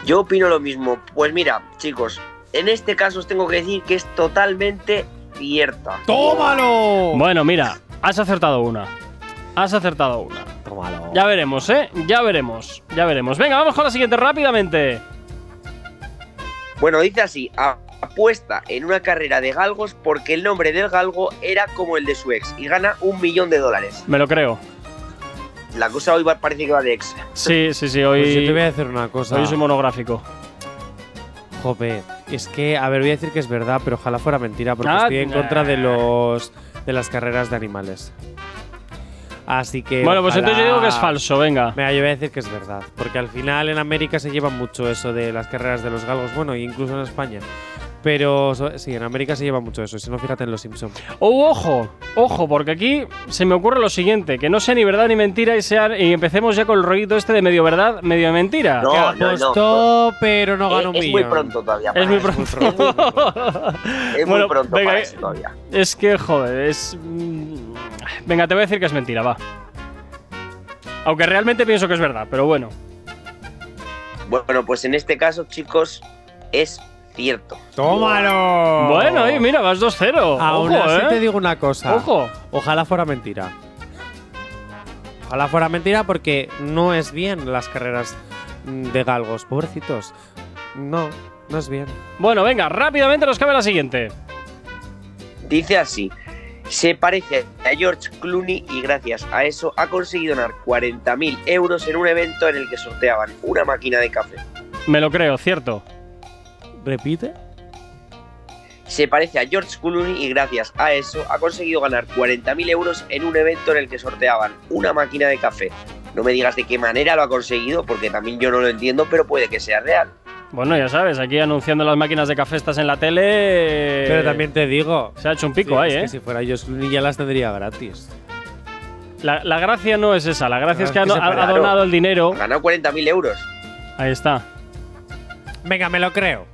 S7: Yo opino lo mismo. Pues mira, chicos, en este caso os tengo que decir que es totalmente cierta.
S4: ¡Tómalo!
S3: Bueno, mira, has acertado una. Has acertado una.
S4: Tómalo.
S3: Ya veremos, ¿eh? Ya veremos, ya veremos. Venga, vamos con la siguiente rápidamente.
S7: Bueno, dice así, a- apuesta en una carrera de galgos porque el nombre del galgo era como el de su ex y gana un millón de dólares.
S3: Me lo creo.
S7: La cosa hoy va- parece que va de ex.
S3: Sí, sí, sí,
S4: Pues yo te voy a
S3: hoy,
S4: decir una cosa.
S3: hoy soy monográfico.
S4: Jope, es que, a ver, voy a decir que es verdad, pero ojalá fuera mentira, porque
S3: Ah,
S4: estoy en
S3: nah.
S4: contra de los de las carreras de animales. Así que.
S3: Bueno, pues entonces yo digo que es
S4: ojalá-
S3: falso, venga.
S4: Mira, yo voy a decir que es verdad, porque al final en América se lleva mucho eso de las carreras de los galgos, bueno, e incluso en España. Pero so- sí, en América se lleva mucho eso, y si no, fíjate en Los Simpsons.
S3: Oh, ojo, ojo, porque aquí se me ocurre lo siguiente, que no sea ni verdad ni mentira y, sea, y empecemos ya con el rollito este de medio verdad, medio mentira.
S7: No,
S4: que
S7: no, no.
S4: apostó, pero
S3: Ah,
S4: no ganó un
S7: Eh, es, es muy
S4: millón.
S7: pronto todavía. para
S3: Es muy
S7: eso.
S3: pronto.
S7: Es muy
S3: Bueno,
S7: pronto
S3: venga,
S7: para
S3: eh,
S7: eso todavía.
S3: Es que, joder, es... mm, Venga, te voy a decir que es mentira, va. Aunque realmente pienso que es verdad, pero bueno.
S7: Bueno, pues en este caso, chicos, es cierto.
S4: ¡Tómalo!
S3: Bueno, y mira, vas 2-0.
S4: Aún
S3: Ojo,
S4: así
S3: ¿eh?
S4: te digo una cosa.
S3: Ojo.
S4: Ojalá fuera mentira. Ojalá fuera mentira porque no es bien las carreras mm, de galgos, pobrecitos. No, no es bien.
S3: Bueno, venga, rápidamente nos cabe la siguiente.
S7: Dice así. Se parece a George Clooney y gracias a eso ha conseguido ganar 40.000 euros en un evento en el que sorteaban una máquina de café.
S3: Me lo creo, cierto.
S4: ¿Repite?
S7: Se parece a George Clooney y gracias a eso ha conseguido ganar 40.000 euros en un evento en el que sorteaban una máquina de café. No me digas de qué manera lo ha conseguido porque también yo no lo entiendo, pero puede que sea real.
S3: Bueno, ya sabes, aquí anunciando las máquinas de café estas en la tele...
S4: Pero también te digo.
S3: Se ha hecho un pico
S4: sí,
S3: ahí,
S4: es
S3: ¿eh?
S4: que si fuera yo Clooney ya las tendría gratis.
S3: La, la gracia no es esa, la gracia
S4: Ah,
S3: es que
S4: es
S3: ha,
S4: que se
S3: ha- ha
S7: pararon.
S3: donado el dinero.
S7: Ha ganado 40.000 euros.
S3: Ahí está.
S4: Venga, me lo creo.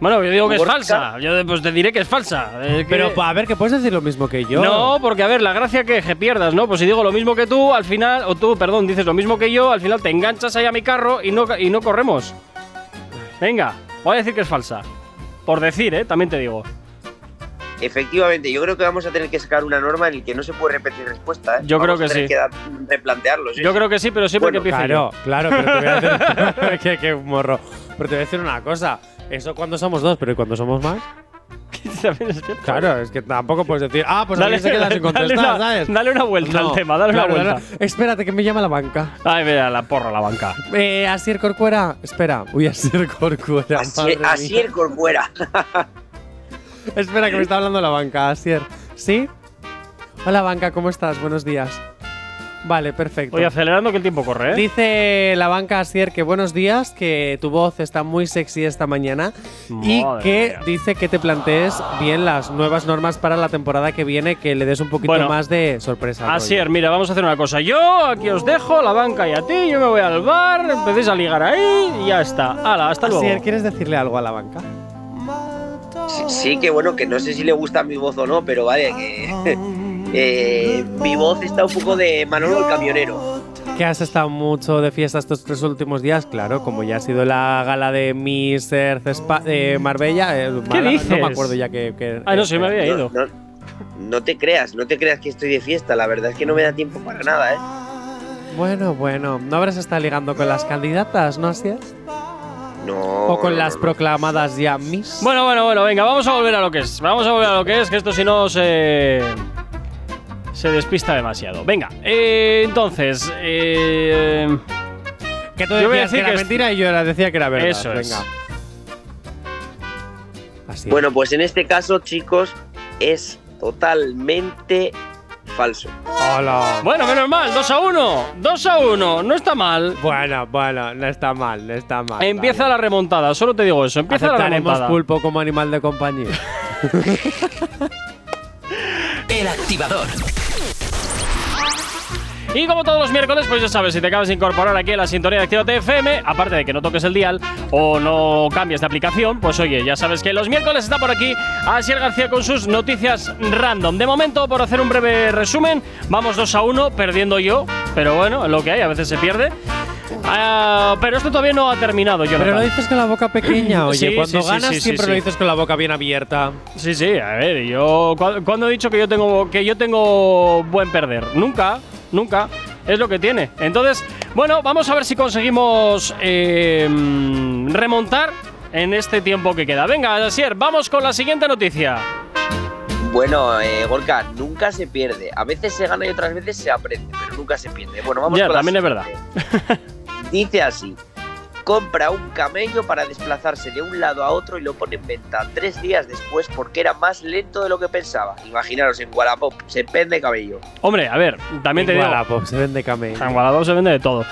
S3: Bueno, yo digo que es
S7: Gorka.
S3: falsa. Yo de- pues te diré que es falsa. Eh, que-
S4: Pero pa- a ver, que puedes decir lo mismo que yo.
S3: No, porque a ver, la gracia que, que pierdas, ¿no? Pues si digo lo mismo que tú, al final, o tú, perdón, dices lo mismo que yo, al final te enganchas ahí a mi carro y no, y no corremos. Venga, voy a decir que es falsa. Por decir, ¿eh? También te digo.
S7: Efectivamente, yo creo que vamos a tener que sacar una norma en la que no se puede repetir respuesta. ¿eh?
S3: Yo creo
S7: Vamos
S3: que
S7: a tener
S3: sí.
S7: Que dar- replantearlo. sí,
S3: Yo
S7: sí.
S3: creo que sí, pero siempre
S7: Bueno,
S3: que empiece
S4: Claro, claro, pero te voy a decir. qué, qué morro. Pero te voy a decir una cosa. Eso cuando somos dos, pero ¿y cuando somos más?
S3: yo. También es cierto.
S4: Claro, es que tampoco puedes decir, ah, pues alguien se queda sin contestar,
S3: dale una,
S4: ¿sabes?
S3: dale una vuelta
S4: No,
S3: al tema, dale
S4: claro,
S3: una
S4: dale
S3: vuelta.
S4: una- Espérate, que me llama la banca.
S3: Ay, mira, la porra, la banca.
S4: Eh, Asier Corcuera, espera. Uy, Asier Corcuera. madre
S7: Asier,
S4: mía.
S7: Asier Corcuera.
S4: Espera, que me está hablando la banca, Asier. ¿Sí? Hola, banca, ¿cómo estás? Buenos días. Vale, perfecto.
S3: Oye, acelerando que el tiempo corre, ¿eh?
S4: Dice la banca Asier que buenos días, que tu voz está muy sexy esta mañana y
S3: Madre
S4: que
S3: mía.
S4: dice que te plantees bien las nuevas normas para la temporada que viene, que le des un poquito
S3: Bueno,
S4: más de sorpresa. al
S3: Así es, mira, vamos a hacer una cosa. Yo aquí os dejo, la banca y a ti, yo me voy al bar, empecéis a ligar ahí y ya está. Hala, hasta
S4: rollo.
S3: luego.
S4: Asier, ¿quieres decirle algo a la banca?
S7: Sí, sí, que bueno, que no sé si le gusta mi voz o no, pero vale, que. eh, mi voz está un poco de Manolo el camionero.
S4: Que has estado mucho de fiesta estos tres últimos días, claro, como ya ha sido la gala de Miss Earth Spa- eh, Marbella. eh, Málaga,
S3: dices?
S4: No me acuerdo ya este. que. que-
S3: Ay, no sé, me había
S7: No,
S3: ido.
S7: no, no te creas, no te creas que estoy de fiesta, la verdad es que no me da tiempo para nada, ¿eh?
S4: Bueno, bueno, ¿no habrás estado ligando con las candidatas, no así es?
S7: No.
S4: O con
S7: no,
S4: las
S7: no.
S4: proclamadas ya Miss.
S3: Bueno, bueno, bueno, venga, vamos a volver a lo que es. Vamos a volver a lo que es, que esto si no se. se despista demasiado. Venga, eh, entonces. eh,
S4: Que tú
S3: Yo voy a decir
S4: decías que era
S3: que es-
S4: mentira y yo era- decía que era verdad.
S3: Eso
S4: Venga.
S3: es.
S4: Así. es.
S7: Bueno, pues en este caso, chicos, es totalmente falso.
S4: Hola.
S3: bueno, menos mal, 2 a 1. 2 a 1, no está mal.
S4: Bueno, bueno, no está mal, no está mal.
S3: Empieza
S4: vale.
S3: la remontada, solo te digo eso, empieza la
S4: Aceptaremos
S3: remontada.
S4: pulpo como animal de compañía.
S2: El activador.
S3: Y como todos los miércoles, pues ya sabes, si te acabas de incorporar aquí a la sintonía de Actívate FM, aparte de que no toques el dial o no cambies de aplicación, pues oye, ya sabes que los miércoles está por aquí Asier García con sus noticias random. De momento, por hacer un breve resumen, vamos 2 a 1, perdiendo yo, pero bueno, es lo que hay, a veces se pierde. Ah, pero esto todavía no ha terminado, yo
S4: Pero lo dices con la boca pequeña, oye.
S3: Sí,
S4: cuando
S3: sí, sí,
S4: ganas
S3: sí, sí,
S4: siempre
S3: sí.
S4: lo dices con la boca bien abierta.
S3: Sí, sí, a ver, yo ¿cu- ¿cuándo he dicho que yo tengo que yo tengo buen perder? Nunca, nunca. Es lo que tiene. Entonces, bueno, vamos a ver si conseguimos eh, mm, remontar en este tiempo que queda. Venga, Asier, vamos con la siguiente noticia.
S7: Bueno, eh, Gorka, nunca se pierde. A veces se gana y otras veces se aprende, pero nunca se pierde. Bueno, vamos
S3: Ya,
S7: con la
S3: también es
S7: siguiente. Dice así. compra un camello para desplazarse de un lado a otro y lo pone en venta tres días después porque era más lento de lo que pensaba. Imaginaros, en Wallapop se vende cabello.
S3: Hombre, a ver, también te digo.
S4: Wallapop, ah, pues, se vende camello.
S3: En Wallapop se vende de todo.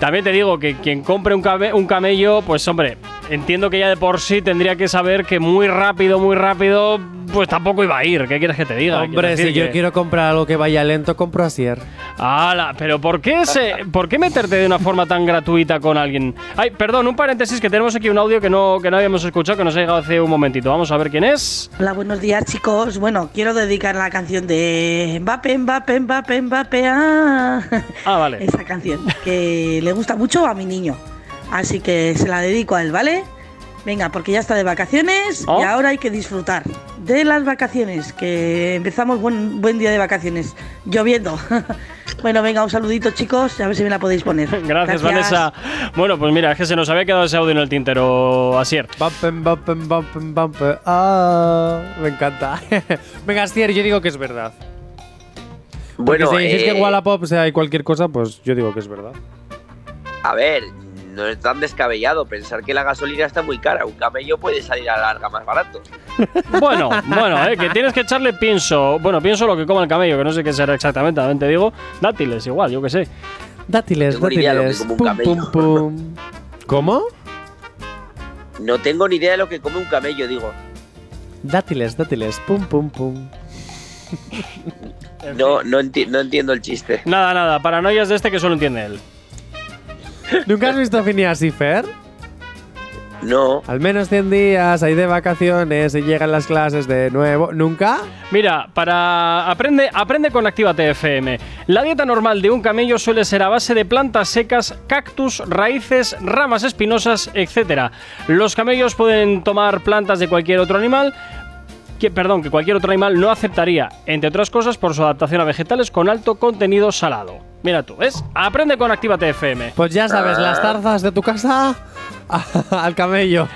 S3: También te digo que quien compre un, cabe- un camello, pues hombre, entiendo que ya de por sí tendría que saber que muy rápido, muy rápido, pues tampoco iba a ir. ¿Qué quieres que te diga? Quiero
S4: Hombre,
S3: decir
S4: si yo
S3: que-
S4: quiero comprar algo que vaya lento, compro asier.
S3: ¡Hala! Pero ¿por qué, se, ¿por qué meterte de una forma tan gratuita con alguien? Ay, perdón, un paréntesis que tenemos aquí un audio que no, que no habíamos escuchado, que nos ha llegado hace un momentito. Vamos a ver quién es.
S9: Hola, buenos días chicos. Bueno, quiero dedicar la canción de Mbappé, Mbappé, Mbappé, Mbappé. Ah,
S3: Ah, vale.
S9: esa canción que le gusta mucho a mi niño. Así que se la dedico a él, ¿vale? Venga, porque ya está de vacaciones
S3: Oh.
S9: y ahora hay que disfrutar de las vacaciones, que empezamos buen, buen día de vacaciones, lloviendo. bueno, venga, un saludito chicos, a ver si me la podéis poner.
S3: Gracias, Vanessa. Bueno, pues mira, es que se nos había quedado ese audio en el tintero, Asier.
S4: Bumpen, bumpen, bumpen, bumpen. Ah, me encanta. Venga, Asier, yo digo que es verdad.
S7: Bueno,
S4: Porque si decís que en
S7: eh,
S4: Wallapop o sea, hay cualquier cosa, pues yo digo que es verdad.
S7: a ver, no es tan descabellado pensar que la gasolina está muy cara. Un camello puede salir a la larga más barato.
S3: Bueno, bueno, eh, que tienes que echarle pienso. Bueno, pienso lo que coma el camello, que no sé qué será exactamente, también te digo. Dátiles, igual, yo qué sé.
S4: Dátiles,
S7: Tengo ni idea lo que
S4: dátiles.
S7: como un
S4: Pum,
S7: camello.
S4: pum, pum. ¿Cómo?
S7: No tengo ni idea de lo que come un camello, digo.
S4: Dátiles, dátiles. Pum, pum, pum.
S7: No, no, enti- no entiendo el chiste.
S3: Nada, nada, paranoias de este que solo entiende él.
S4: ¿Nunca has visto Phineas y Fer?
S7: No,
S4: Al menos 100 días, ahí de vacaciones y llegan las clases de nuevo. ¿Nunca?
S3: Mira, para aprende, aprende con Actívate FM. La dieta normal de un camello suele ser a base de plantas secas, cactus, raíces, ramas espinosas, etc. Los camellos pueden tomar plantas de cualquier otro animal. Que, perdón, que cualquier otro animal no aceptaría, entre otras cosas por su adaptación a vegetales con alto contenido salado. Mira tú, ¿ves? Aprende con Actívate FM.
S4: Pues ya sabes, las tarzas de tu casa al camello.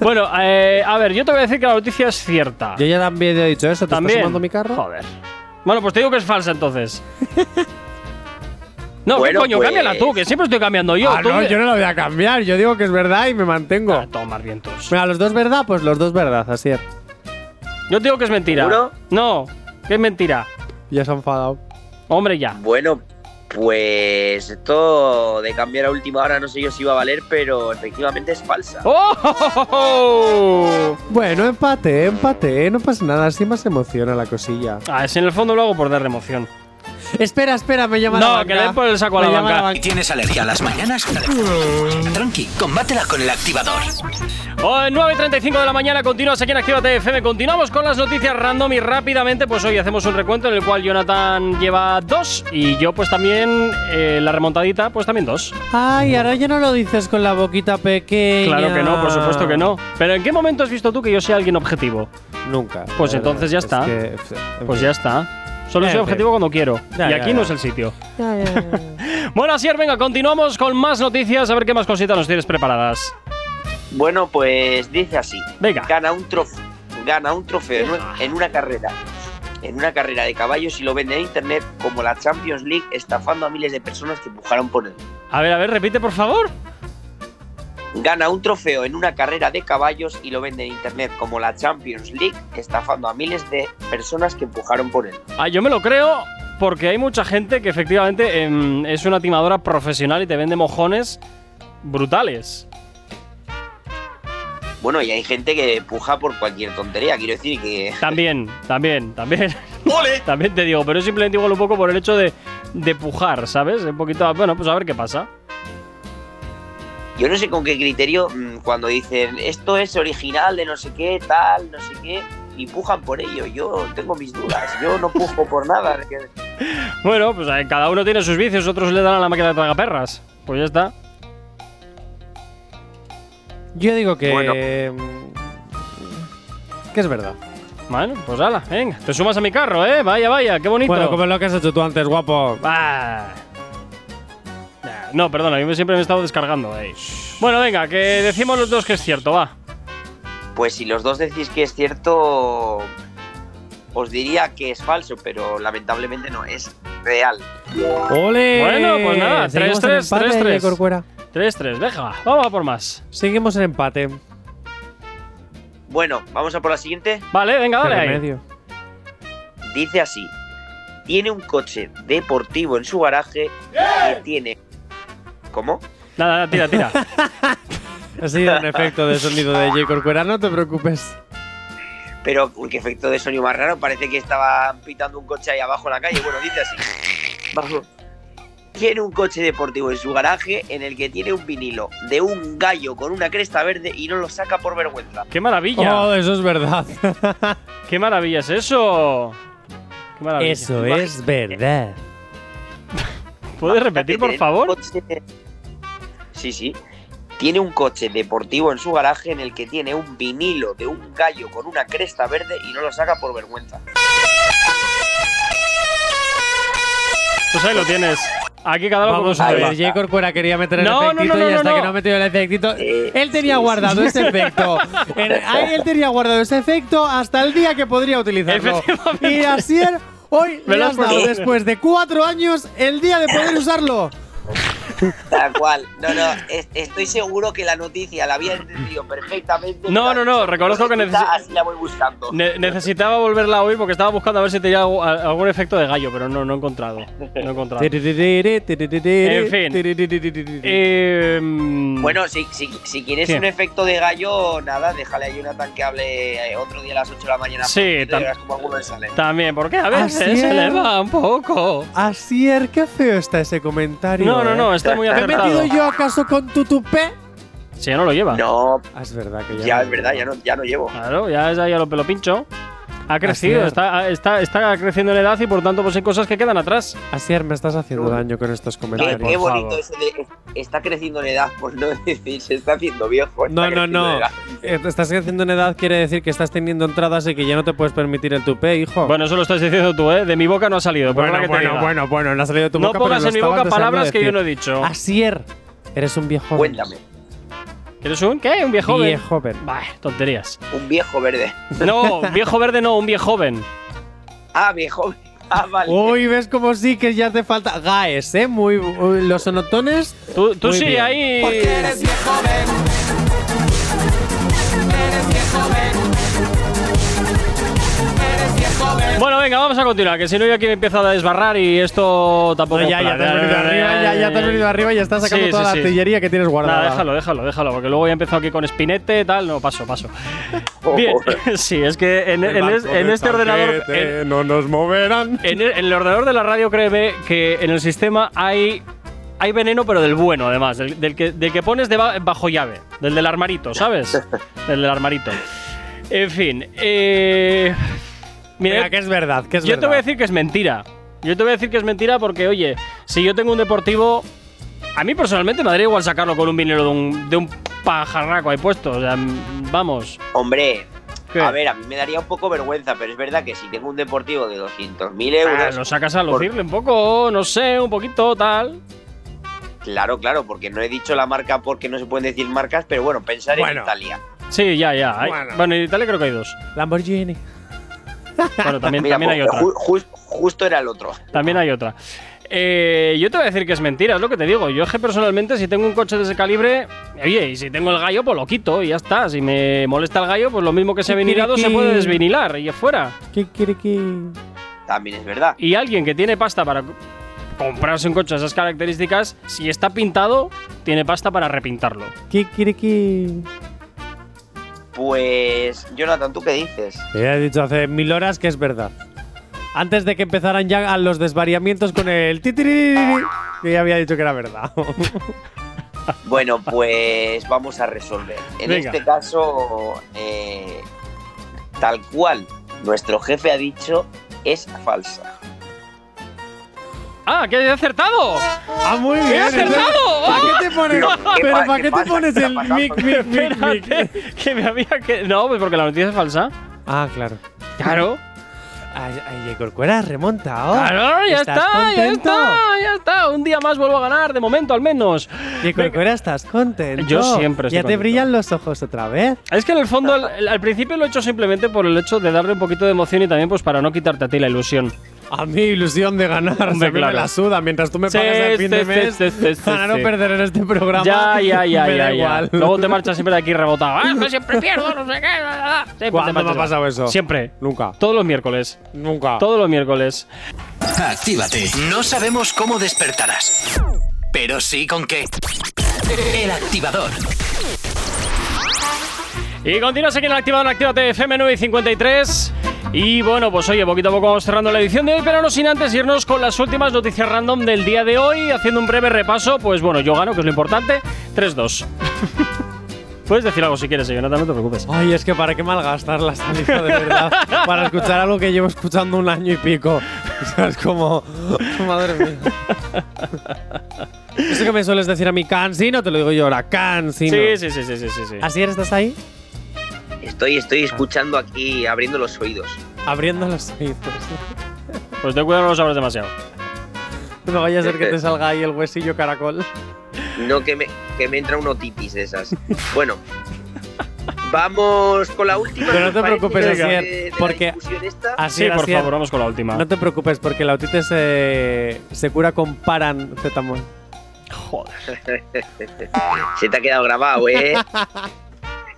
S3: Bueno, eh, a ver, yo te voy a decir que la noticia es cierta.
S4: Yo ya también he dicho eso, ¿te
S3: También.
S4: estás sumando mi carro?
S3: Joder. Bueno, pues te digo que es falsa entonces. No,
S7: Bueno,
S3: ¿qué coño?
S7: pues-
S3: Cámbiala tú, que siempre estoy cambiando yo.
S4: Ah,
S3: Tú
S4: no,
S3: me-
S4: yo no lo voy a cambiar, yo digo que es verdad y me mantengo.
S3: Ah, toma, vientos.
S4: Mira, los dos verdad, pues los dos verdad, así es.
S3: Yo te digo que es mentira.
S7: ¿Seguro?
S3: No, que es mentira.
S4: Ya se ha enfadado.
S3: Hombre, ya.
S7: bueno, pues esto de cambiar a última hora no sé yo si iba a valer, pero efectivamente es falsa.
S3: ¡Oh! oh, oh, oh!
S4: Bueno, empate, empate, no pasa nada, así más emociona la cosilla.
S3: Ah, es en el fondo lo hago por darle emoción.
S4: Espera, espera, me llama la
S3: No, que
S4: banca.
S3: le den por el saco a
S4: Me
S3: la
S4: llama
S3: banca.
S2: ¿Y ¿Tienes alergia a las mañanas? Tranqui, combátela con el activador.
S3: Hoy, 9.35 de la mañana, continúas aquí en Actívate FM. Continuamos con las noticias random y rápidamente, pues hoy hacemos un recuento en el cual Jonathan lleva dos y yo, pues también, eh, la remontadita, pues también dos.
S4: Ay, ahora ya no lo dices con la boquita pequeña.
S3: Claro que no, por supuesto que no. Pero ¿en qué momento has visto tú que yo sea alguien objetivo?
S4: Nunca.
S3: Pues
S4: la verdad,
S3: entonces ya
S4: es
S3: está.
S4: que, pf, en
S3: Pues
S4: fin.
S3: ya está. Solo
S4: Ya,
S3: soy
S4: en
S3: objetivo cuando quiero.
S4: Ya,
S3: y
S4: ya,
S3: aquí
S4: ya.
S3: no es el sitio. bueno, así es, venga, continuamos con más noticias, a ver qué más cositas nos tienes preparadas.
S7: Bueno, pues dice así.
S3: Venga.
S7: Gana un trofeo, gana un trofeo en una- en una carrera. En una carrera de caballos y lo vende en internet como la Champions League estafando a miles de personas que empujaron por él.
S3: A ver, a ver, repite, por favor.
S7: Gana un trofeo en una carrera de caballos y lo vende en internet como la Champions League estafando a miles de personas que empujaron por él.
S3: Ah, yo me lo creo porque hay mucha gente que efectivamente em, es una timadora profesional y te vende mojones brutales.
S7: Bueno, y hay gente que empuja por cualquier tontería, quiero decir que...
S3: También, también, también. también te digo, pero simplemente igual un poco por el hecho de, de pujar, ¿sabes? Un poquito, a- bueno, pues a ver qué pasa.
S7: Yo no sé con qué criterio mm, cuando dicen esto es original de no sé qué, tal, no sé qué, y pujan por ello. Yo tengo mis dudas, yo no pujo por nada.
S3: Bueno, pues eh, cada uno tiene sus vicios, otros le dan a la máquina de tragaperras. Pues ya está.
S4: Yo digo que.
S7: Bueno.
S4: mm, Que es verdad.
S3: Bueno, pues ala, venga. Te sumas a mi carro, ¿eh? Vaya, vaya, qué bonito.
S4: Bueno, como lo que has hecho tú antes, guapo.
S3: Ah. Nah, No, perdona, yo siempre me he estado descargando. eh. Bueno, venga, que decimos los dos que es cierto, va.
S7: Pues si los dos decís que es cierto, os diría que es falso, pero lamentablemente no, es real.
S4: ¡Ole!
S3: Bueno, pues nada,
S4: Seguimos en
S3: 3-3,
S4: empate,
S3: 3-3.
S4: Corcuera.
S3: 3-3, venga, vamos a por más.
S4: Seguimos en empate.
S7: Bueno, vamos a por la siguiente.
S3: Vale, venga,
S4: Qué
S3: dale ahí.
S4: remedio.
S7: Dice así. Tiene un coche deportivo en su garaje que tiene... ¿Cómo?
S3: Nada, nada, tira, tira.
S4: Ha sido un efecto de sonido de J. Corcuera, no te preocupes.
S7: Pero, uy, qué efecto de sonido más raro. Parece que estaban pitando un coche ahí abajo en la calle. Bueno, dice así. Vamos. Tiene un coche deportivo en su garaje en el que tiene un vinilo de un gallo con una cresta verde y no lo saca por vergüenza.
S3: ¡Qué maravilla!
S4: Oh, eso es verdad.
S3: ¡Qué maravilla es eso! ¡Qué maravilla!
S4: eso es verdad.
S3: ¿Puedes repetir, por
S7: Tiene un
S3: favor?
S7: coche- Sí, sí. Tiene un coche deportivo en su garaje en el que tiene un vinilo de un gallo con una cresta verde y no lo saca por vergüenza.
S3: Pues ahí lo tienes. Aquí cada uno con
S4: Vamos
S3: su
S4: a
S7: Ahí
S4: ver,
S7: va.
S4: J. Corcuera quería meter el
S3: No, no,
S4: efectito
S3: no,
S4: y
S3: no,
S4: hasta
S3: no.
S4: que no ha metido el efectito.
S7: Eh,
S4: Él tenía
S7: sí,
S4: guardado ese efecto. En- ahí él tenía guardado ese efecto hasta el día que podría utilizarlo. Y así él, hoy
S3: Me
S4: le
S3: lo
S4: has
S3: has
S4: dado,
S3: puesto.
S4: después de cuatro años, el día de poder usarlo.
S7: Tal cual. No, no, es- estoy seguro que la noticia la había entendido perfectamente.
S3: No, no, no, reconozco que necesi-
S7: Así la voy buscando.
S3: Ne- necesitaba volverla a oír porque estaba buscando a ver si tenía algo- a- algún efecto de gallo, pero no, no he encontrado. No he encontrado. En
S4: fin.
S3: Em,
S7: Bueno, si, si, si quieres
S3: ¿Qué?
S7: un efecto de gallo, nada, déjale a Jonathan que hable eh, otro día a las 8 de la mañana.
S3: Sí,
S7: Y te
S3: tam-
S7: verás cómo alguno le sale.
S3: También, porque a
S4: Así
S3: veces se
S4: es.
S3: le va un poco.
S4: Así es, qué feo está ese comentario.
S3: No, no, no,
S4: ¿eh?
S3: está muy
S4: ¿Me he metido
S3: acertado.
S4: yo acaso con tu tupé?
S3: Si ya no lo lleva.
S7: No,
S4: Ah, es verdad que ya.
S7: ya es verdad, ya no, ya no llevo.
S3: Claro, ya, ya, ya lo, lo pincho. Ha crecido,
S4: es.
S3: está, está, está creciendo en edad y por tanto pues hay cosas que quedan atrás.
S4: Asier, me estás haciendo
S7: Uy.
S4: daño con estos
S7: Qué,
S3: pues Dale,
S7: qué
S4: comentarios.
S3: por
S7: bonito
S3: favor.
S7: eso de. Está creciendo en edad, por no decir, se está haciendo viejo. está
S4: No, no,
S7: creciendo en
S4: no.
S7: edad.
S4: Eh, Estás creciendo en edad, quiere decir que estás teniendo entradas y que ya no te puedes permitir el tupé, hijo.
S3: Bueno, eso lo estás diciendo tú, ¿eh? De mi boca no ha salido. perdona
S4: bueno,
S3: que te
S4: bueno,
S3: diga.
S4: bueno, bueno, no ha salido de tu
S3: No
S4: boca.
S3: pongas en mi boca palabras que yo no he dicho.
S4: Asier, eres un viejo.
S7: Cuéntame,
S3: ¿Eres un qué? ¿Un viejo joven?
S4: Viejo joven.
S3: Bah, tonterías.
S7: un viejo verde.
S3: No, viejo verde no, un viejo joven.
S7: Ah, viejo. Ah, vale.
S4: Uy, ves como sí que ya hace falta. Gaes, ¿eh? Muy, uy, los sonotones.
S3: Tú, tú
S4: Muy
S3: sí,
S4: bien.
S3: ahí. Bueno, venga, vamos a continuar, que si no yo aquí me empiezo a desbarrar y esto tampoco.
S4: No, ya,
S3: es
S4: ya
S3: plan.
S4: te has venido arriba, ya, ya te has venido arriba y estás sacando
S3: Sí,
S4: toda
S3: sí,
S4: la
S3: sí.
S4: artillería que tienes guardada.
S3: Nada, déjalo, déjalo, déjalo, porque luego ya empezó aquí con espinete, tal, no, paso, paso.
S7: Oh,
S3: Bien, sí, es que en, en es- en este ordenador, en,
S4: Eh, no nos moverán.
S3: en el- en el ordenador de la radio, créeme que en el sistema hay, hay veneno, pero del bueno, además, del, del que, del que pones deba- bajo llave, del del armarito, ¿sabes? del del armarito. En fin, eh, mira,
S4: Mira, que es verdad, que es
S3: yo
S4: verdad.
S3: te voy a decir que es mentira. Yo te voy a decir que es mentira porque, oye, si yo tengo un deportivo, a mí personalmente me daría igual sacarlo con un vinilo de un, de un pajarraco ahí puesto. O sea, mm, vamos.
S7: Hombre,
S3: ¿qué?
S7: a ver, a mí me daría un poco vergüenza, pero es verdad que si tengo un deportivo de 200.000
S3: Ah,
S7: euros.
S3: lo sacas a
S7: por-
S3: lucirle un poco, no sé, un poquito, tal.
S7: Claro, claro, porque no he dicho la marca porque no se pueden decir marcas, pero bueno, pensar
S4: Bueno.
S7: en Italia.
S3: Sí, ya, ya. hay-
S4: Bueno.
S3: Bueno, en Italia creo que hay dos.
S4: Lamborghini.
S3: Bueno, también,
S7: Mira,
S3: también hay
S7: pues,
S3: otra.
S7: ju- ju- justo era el otro.
S3: También hay otra. Eh, yo te voy a decir que es mentira, es lo que te digo. Yo es que personalmente, si tengo un coche de ese calibre, oye, y si tengo el gallo, pues lo quito y ya está. Si me molesta el gallo, pues lo mismo que se ha vinilado, se puede desvinilar y afuera.
S4: ¿Qué quiere que.?
S7: También es verdad.
S3: Y alguien que tiene pasta para co- comprarse un coche de esas características, si está pintado, tiene pasta para repintarlo.
S4: ¿Qué quiere que.?
S7: Pues, Jonathan, ¿tú qué dices?
S4: Ya he Eh, dicho hace mil horas que es verdad. Antes de que empezaran ya a los desvariamientos con el titiririri, que ya había dicho que era verdad.
S7: Bueno, pues vamos a resolver. En
S3: Venga.
S7: este caso, eh, tal cual nuestro jefe ha dicho, es falsa.
S3: ¡Ah, que he acertado!
S4: ¡Ah, muy
S3: ¡He
S4: bien!
S3: acertado!
S4: ¿Para qué te pones,
S7: No, ¿qué pa-
S4: pero ¿para
S7: qué
S4: qué te
S7: pasa?
S4: pones
S7: ¿Qué
S4: el
S7: está pasando?
S4: mic, mic, mic, mic?
S3: Espérate, ¡Ah, que me había que. No, pues porque la noticia es falsa.
S4: Ah, claro.
S3: Claro.
S4: Ay, ay, Corcuera, remonta. oh.
S3: Claro, ya
S4: ¿Estás
S3: está, ya
S4: contento?
S3: está, ya está. Un día más vuelvo a ganar, de momento al menos.
S4: Y Corcuera, estás contento.
S3: Yo siempre estoy
S4: Ya te
S3: contento.
S4: brillan los ojos otra vez.
S3: Es que en el fondo, al, al principio lo he hecho simplemente por el hecho de darle un poquito de emoción y también pues para no quitarte a ti la ilusión.
S4: A mí ilusión de ganar,
S3: Hombre,
S4: o sea, a mí
S3: claro.
S4: me la suda. Mientras tú me
S3: Sí,
S4: pagas el
S3: sí,
S4: fin de
S3: sí,
S4: mes,
S3: sí, sí, sí,
S4: ganar o
S3: sí.
S4: perder en este programa.
S3: Ya, ya, ya,
S4: me
S3: ya,
S4: da
S3: ya.
S4: igual.
S3: Luego te marchas siempre de aquí rebotado. Ah, yo siempre pierdo, no sé qué. la, la, la. Siempre pues te
S4: ¿Cuándo me
S3: marchas
S4: ha pasado
S3: igual.
S4: eso?
S3: Siempre.
S4: Nunca.
S3: Todos los miércoles.
S4: Nunca.
S3: Todos los miércoles.
S2: Actívate. No sabemos cómo despertarás, pero sí con qué. El activador.
S3: Y continúas aquí en el Activador, en Actívate FM 9 y 53. Y bueno, pues oye, poquito a poco vamos cerrando la edición de hoy, pero no sin antes irnos con las últimas noticias random del día de hoy, haciendo un breve repaso. Pues bueno, yo gano, que es lo importante. 3-2. Puedes decir algo si quieres, eh, Jonathan, no te preocupes.
S4: Ay, es que para qué malgastar la saliva, de verdad. para escuchar algo que llevo escuchando un año y pico. O sea, es como. Madre mía. Eso que me sueles decir a mí, cansino, te lo digo yo ahora, cansino.
S3: Sí, sí, sí, sí, sí, sí. sí.
S4: ¿Así eres, estás ahí?
S7: Estoy,
S3: Ah.
S7: estoy escuchando aquí, abriendo los oídos.
S4: Abriendo los oídos.
S3: Pues ten cuidado, no lo sabes demasiado.
S4: No vaya a ser que te salga ahí el huesillo caracol.
S7: No que me, que me entra una otitis de esas. Bueno, vamos con la última.
S4: Pero no
S7: ¿os
S4: te
S7: parece?
S4: preocupes,
S7: De- de
S4: Asier,
S7: la
S4: porque-
S7: discusión esta.
S3: Sí,
S4: Asier,
S3: por
S4: Asier,
S3: favor, vamos con la última.
S4: No te preocupes, porque la otitis eh, se cura con parancetamol.
S7: Se te ha quedado grabado, ¿eh?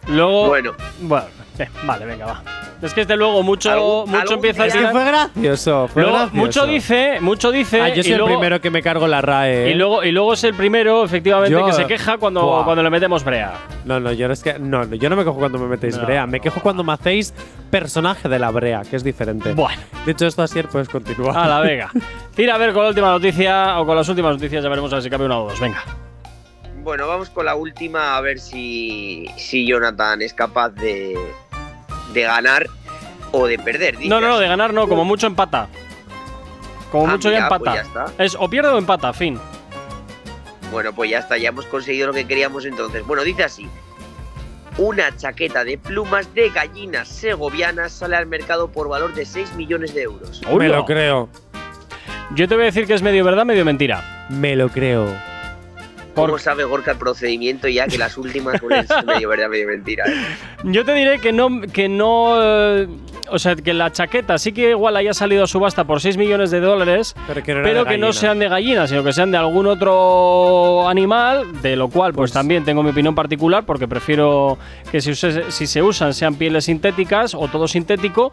S3: Luego.
S7: bueno,
S3: Bueno, eh, vale, venga, va. Es que desde luego mucho,
S7: Algún-
S3: mucho
S7: algún
S3: empieza a
S7: día-
S4: Es que fue gracioso, fue
S3: Luego,
S4: gracioso.
S3: mucho dice, mucho dice.
S4: Ah, yo soy
S3: y luego,
S4: el primero que me cargo la RAE. ¿eh?
S3: Y luego, y luego es el primero, efectivamente,
S4: Yo-
S3: que se queja cuando,
S4: Buah.
S3: cuando le metemos brea.
S4: No, no, yo no es que. No, no, yo no me cojo cuando me metéis
S3: No.
S4: brea. Me quejo cuando me hacéis personaje de la brea, que es diferente.
S3: Bueno.
S4: Dicho esto, Asier, puedes continuar.
S3: A la vega. Tira a ver con la última noticia o con las últimas noticias, ya veremos a ver si cambia una o dos. Venga.
S7: bueno, vamos con la última a ver si, si Jonathan es capaz de, de ganar o de perder.
S3: No, no, no, de ganar no, como mucho empata.
S7: Ah,
S3: Como mucho ya
S7: pues
S3: empata. es o pierde o empata, fin.
S7: Bueno, pues ya está, ya hemos conseguido lo que queríamos entonces. Bueno, dice así. Una chaqueta de plumas de gallinas segovianas sale al mercado por valor de 6 millones de euros.
S4: me
S3: Hola.
S4: lo creo.
S3: Yo te voy a decir que es medio verdad, medio mentira.
S4: Me lo creo.
S7: ¿Cómo sabe Gorka el procedimiento ya que las últimas suelen ser medio verdad, medio mentira? eh?
S3: Yo te diré que no, que no. eh, o sea, que la chaqueta sí que igual haya salido a subasta por 6 millones de dólares,
S4: Pero que no, era
S3: pero
S4: de
S3: que no
S4: gallina.
S3: sean de gallina, sino que sean de algún otro animal, de lo cual pues,
S4: Pues-
S3: también tengo mi opinión particular porque prefiero que si, use- si se usan sean pieles sintéticas o todo sintético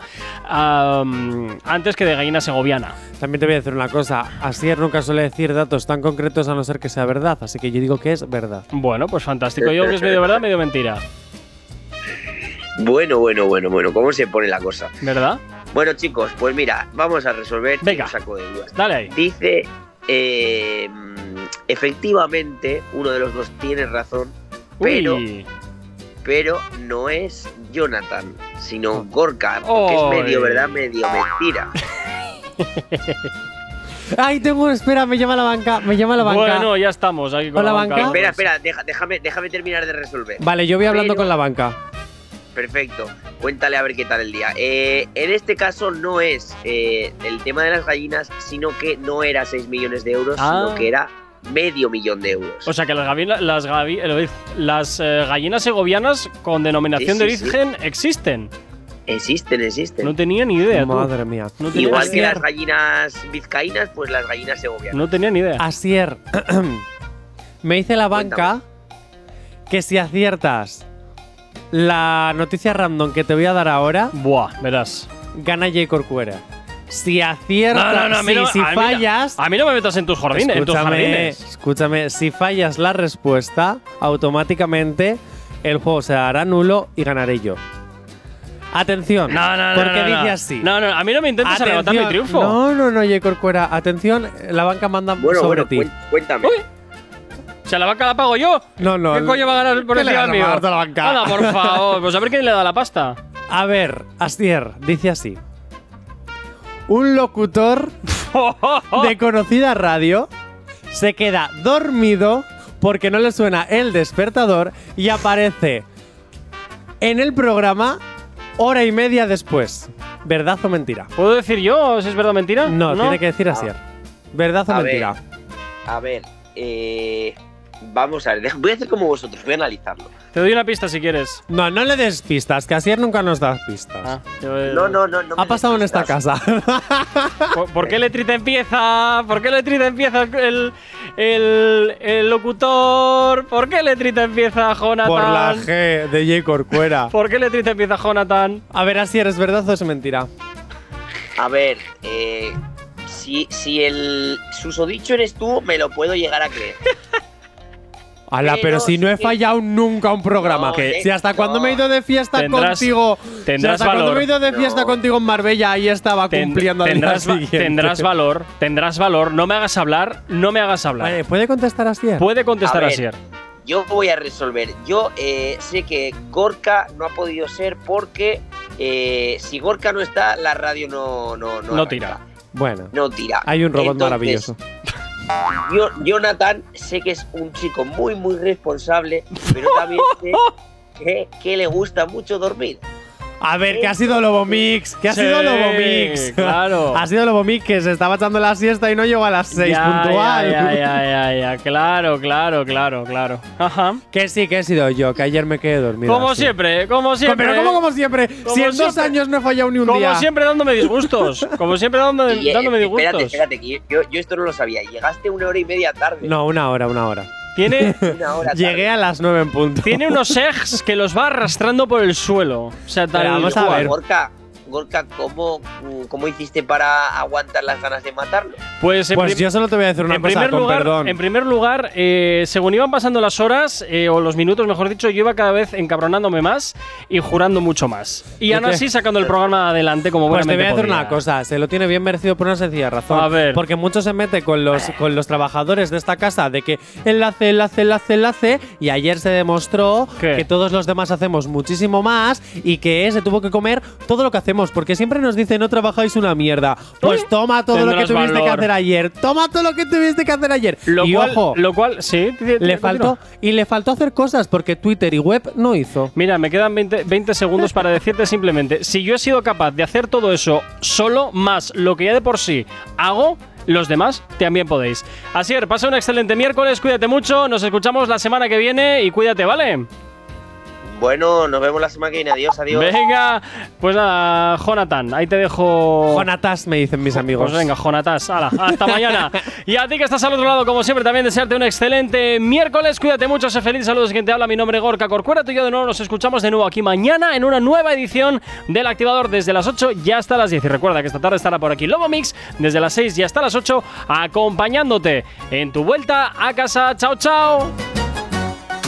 S3: am, antes que de gallina segoviana.
S4: También te voy a decir una cosa. Asier nunca suele decir datos tan concretos a no ser que sea verdad. Así que yo digo que es verdad.
S3: Bueno, pues fantástico. Yo creo que es medio verdad, medio mentira.
S7: Bueno, bueno, bueno, bueno, ¿cómo se pone la cosa?
S3: ¿Verdad?
S7: Bueno, chicos, pues mira, vamos a resolver
S3: Venga.
S7: un saco de dudas.
S3: Dale ahí.
S7: Dice, eh, mm, efectivamente, uno de los dos tiene razón, pero,
S3: Uy.
S7: pero no es Jonathan, sino Gorka, porque es medio
S3: Oh. Oy.
S7: verdad, medio mentira.
S4: ¡Ay, tengo! Espera, me llama la banca. Me llama la banca.
S3: Bueno, ya estamos aquí con
S4: Hola,
S3: la banca.
S4: banca.
S7: espera, espera, deja- déjame, déjame terminar de resolver.
S4: Vale, yo voy hablando
S7: Pero-
S4: con la banca.
S7: Perfecto. Cuéntale a ver qué tal el día. Eh, en este caso no es eh, el tema de las gallinas, sino que no era 6 millones de euros,
S3: Ah.
S7: sino que era medio millón de euros.
S3: O sea que las, gavila- las, gavi- eh, las, eh, gallinas segovianas con denominación
S7: Sí,
S3: de
S7: sí, sí.
S3: origen existen.
S7: existen, existen.
S3: No tenía ni idea. tú.
S4: Madre mía.
S3: No tenía
S7: Igual
S3: ni
S7: que
S3: idea.
S7: las gallinas vizcaínas, pues las gallinas segovianas.
S3: No tenía ni idea.
S4: Asier, me dice la banca que si aciertas la noticia random que te voy a dar ahora,
S3: Buah, verás.
S4: gana J. Corcuera. Si aciertas,
S3: a mí
S4: sí, si
S3: a mí
S4: fallas,
S3: A mí no me metas en tus jardines. En tus
S4: escúchame,
S3: jardines.
S4: escúchame, si fallas la respuesta, automáticamente el juego se hará nulo y ganaré yo. Atención,
S3: No, no, no.
S4: porque
S3: no, no.
S4: dice así.
S3: No, no, a mí no me intentes
S4: Atención.
S3: arrebatar mi triunfo.
S4: No, no, no, J. Corcuera. Atención, la banca manda
S7: Bueno,
S4: sobre
S7: bueno,
S4: ti.
S7: cuen- cuéntame.
S3: Uy. O sea, la banca la pago yo.
S4: No, no.
S3: ¿Qué coño va a ganar por
S4: ¿Qué le
S3: encima
S4: vas a
S3: mío?
S4: pagar tú a la banca?
S3: Anda, por favor. Pues a ver quién le da la pasta.
S4: A ver, Astier, dice así. Un locutor de conocida radio se queda dormido porque no le suena el despertador y aparece en el programa hora y media después. ¿Verdad o mentira?
S3: ¿Puedo decir yo si es verdad o mentira?
S4: No, tiene que decir Asier. ¿Verdad o
S7: A ver.
S4: mentira?
S7: A ver, eh, vamos a ver, deja- voy a hacer como vosotros, voy a analizarlo.
S3: Te doy una pista si quieres.
S4: No, no le des pistas, que así nunca nos das pistas.
S3: Yo-
S7: No, no, Ah. no. no me
S4: ha pasado en esta
S7: despistas.
S4: casa.
S3: ¿Por, por qué Letrita empieza? ¿Por qué Letrita empieza el, el, el locutor? ¿Por qué Letrita empieza Jonathan?
S4: Por la G de J. Corcuera.
S3: ¿Por qué Letrita empieza Jonathan?
S4: A ver, así eres verdad o es mentira.
S7: A ver, eh, si, si el susodicho eres tú, me lo puedo llegar a creer.
S4: Ala,
S7: Pero
S4: pero si no he
S7: sí.
S4: fallado nunca un programa.
S7: No,
S4: que
S7: eh,
S4: si hasta
S7: no.
S4: cuando me he ido de fiesta
S3: Tendrás-
S4: contigo.
S3: tendrás
S4: si hasta cuando
S3: valor.
S4: me he ido de fiesta
S7: No.
S4: contigo en Marbella, ahí estaba
S3: Ten-
S4: cumpliendo al día
S3: tendrás, va-
S4: siguiente.
S3: tendrás valor, tendrás valor. No me hagas hablar, no me hagas hablar.
S4: Vale, ¿puede contestar así?
S3: Puede contestar
S7: A ver.
S3: así.
S7: Yo voy a resolver. Yo eh, sé que Gorka no ha podido ser porque eh, si Gorka no está, la radio no no
S3: No
S7: arranca.
S3: tira.
S4: Bueno,
S7: No tira.
S4: hay un robot
S7: Entonces,
S4: maravilloso.
S7: Yo, Jonathan sé que es un chico muy muy responsable, pero también sé que, que le gusta mucho dormir.
S4: A ver, que ha sido Lobomix, que ha
S3: Sí,
S4: sido Lobomix.
S3: claro.
S4: ha sido Lobomix que se estaba echando la siesta y no llegó a las 6
S3: Ya,
S4: puntual.
S3: Ya, ya, ya, ya, Claro, claro, claro, claro. Ajá.
S4: Que sí, que he sido yo, que ayer me quedé dormido.
S3: Como
S4: así.
S3: siempre, como
S4: Co-
S3: siempre.
S4: Pero ¿cómo como siempre?
S3: Como
S4: si en dos
S3: siempre.
S4: años no he fallado ni un
S3: Como
S4: día.
S3: siempre dándome disgustos. Como siempre
S7: Y,
S3: dándome,
S7: eh,
S3: dándome
S7: espérate,
S3: disgustos.
S7: espérate, que yo, yo esto no lo sabía. Llegaste una hora y media tarde.
S4: No, una hora, una hora.
S3: Tiene,
S7: Una hora tarde.
S4: Llegué a las 9 en punto.
S3: tiene unos egs que los va arrastrando por el suelo. O sea, tal
S4: Pero vamos a
S3: cual.
S4: ver.
S7: Gorka, Gorka, ¿cómo, ¿cómo hiciste para aguantar las ganas de matarlo?
S3: Pues en
S4: Pues
S3: prim-
S4: yo solo te voy a decir una
S3: en
S4: cosa,
S3: primer
S4: con
S3: lugar,
S4: perdón.
S3: En primer lugar, eh, según iban pasando las horas, eh, o los minutos, mejor dicho, yo iba cada vez encabronándome más y jurando mucho más. Y
S4: ¿Y
S3: aún
S4: qué?
S3: así sacando el programa adelante como
S4: Pues te voy
S3: buenamente
S4: a decir
S3: podía.
S4: una cosa, se lo tiene bien merecido por una sencilla razón.
S3: A ver. Eh.
S4: Porque mucho se mete con los, con los trabajadores de esta casa de que enlace, enlace, enlace, enlace. Y ayer se demostró
S3: ¿Qué?
S4: que todos los demás hacemos muchísimo más y que se tuvo que comer todo lo que hacemos. Porque siempre nos dicen, no trabajáis una mierda. Pues toma todo lo que
S3: Tendrás
S4: tuviste que
S3: valor.
S4: hacer ayer. Toma todo lo que tuviste que hacer ayer.
S3: Lo
S4: y
S3: cual,
S4: ojo,
S3: lo cual, sí. t- t-
S4: le
S3: continúa.
S4: faltó, y le faltó hacer cosas porque Twitter y web no hizo.
S3: Mira, me quedan 20, 20 segundos para decirte simplemente, si yo he sido capaz de hacer todo eso solo, más lo que ya de por sí hago, los demás también podéis. Asier, pasa un excelente miércoles, cuídate mucho, nos escuchamos la semana que viene y cuídate, ¿vale?
S7: Bueno, nos vemos la semana que viene. Adiós, adiós.
S3: Venga, pues nada, Jonathan, ahí te dejo.
S4: Jonatas, me dicen mis amigos.
S3: Pues venga, Jonatas, ala, hasta mañana. Y a ti que estás al otro lado, como siempre, también desearte un excelente miércoles. Cuídate mucho, sé feliz. Saludos, quien te habla. Mi nombre es Gorka Corcuera. Tú y yo de nuevo nos escuchamos de nuevo aquí mañana en una nueva edición del Activador desde las 8 y hasta las 10. Y recuerda que esta tarde estará por aquí Lobo Mix desde las 6 y hasta las 8, acompañándote en tu vuelta a casa. Chao, chao.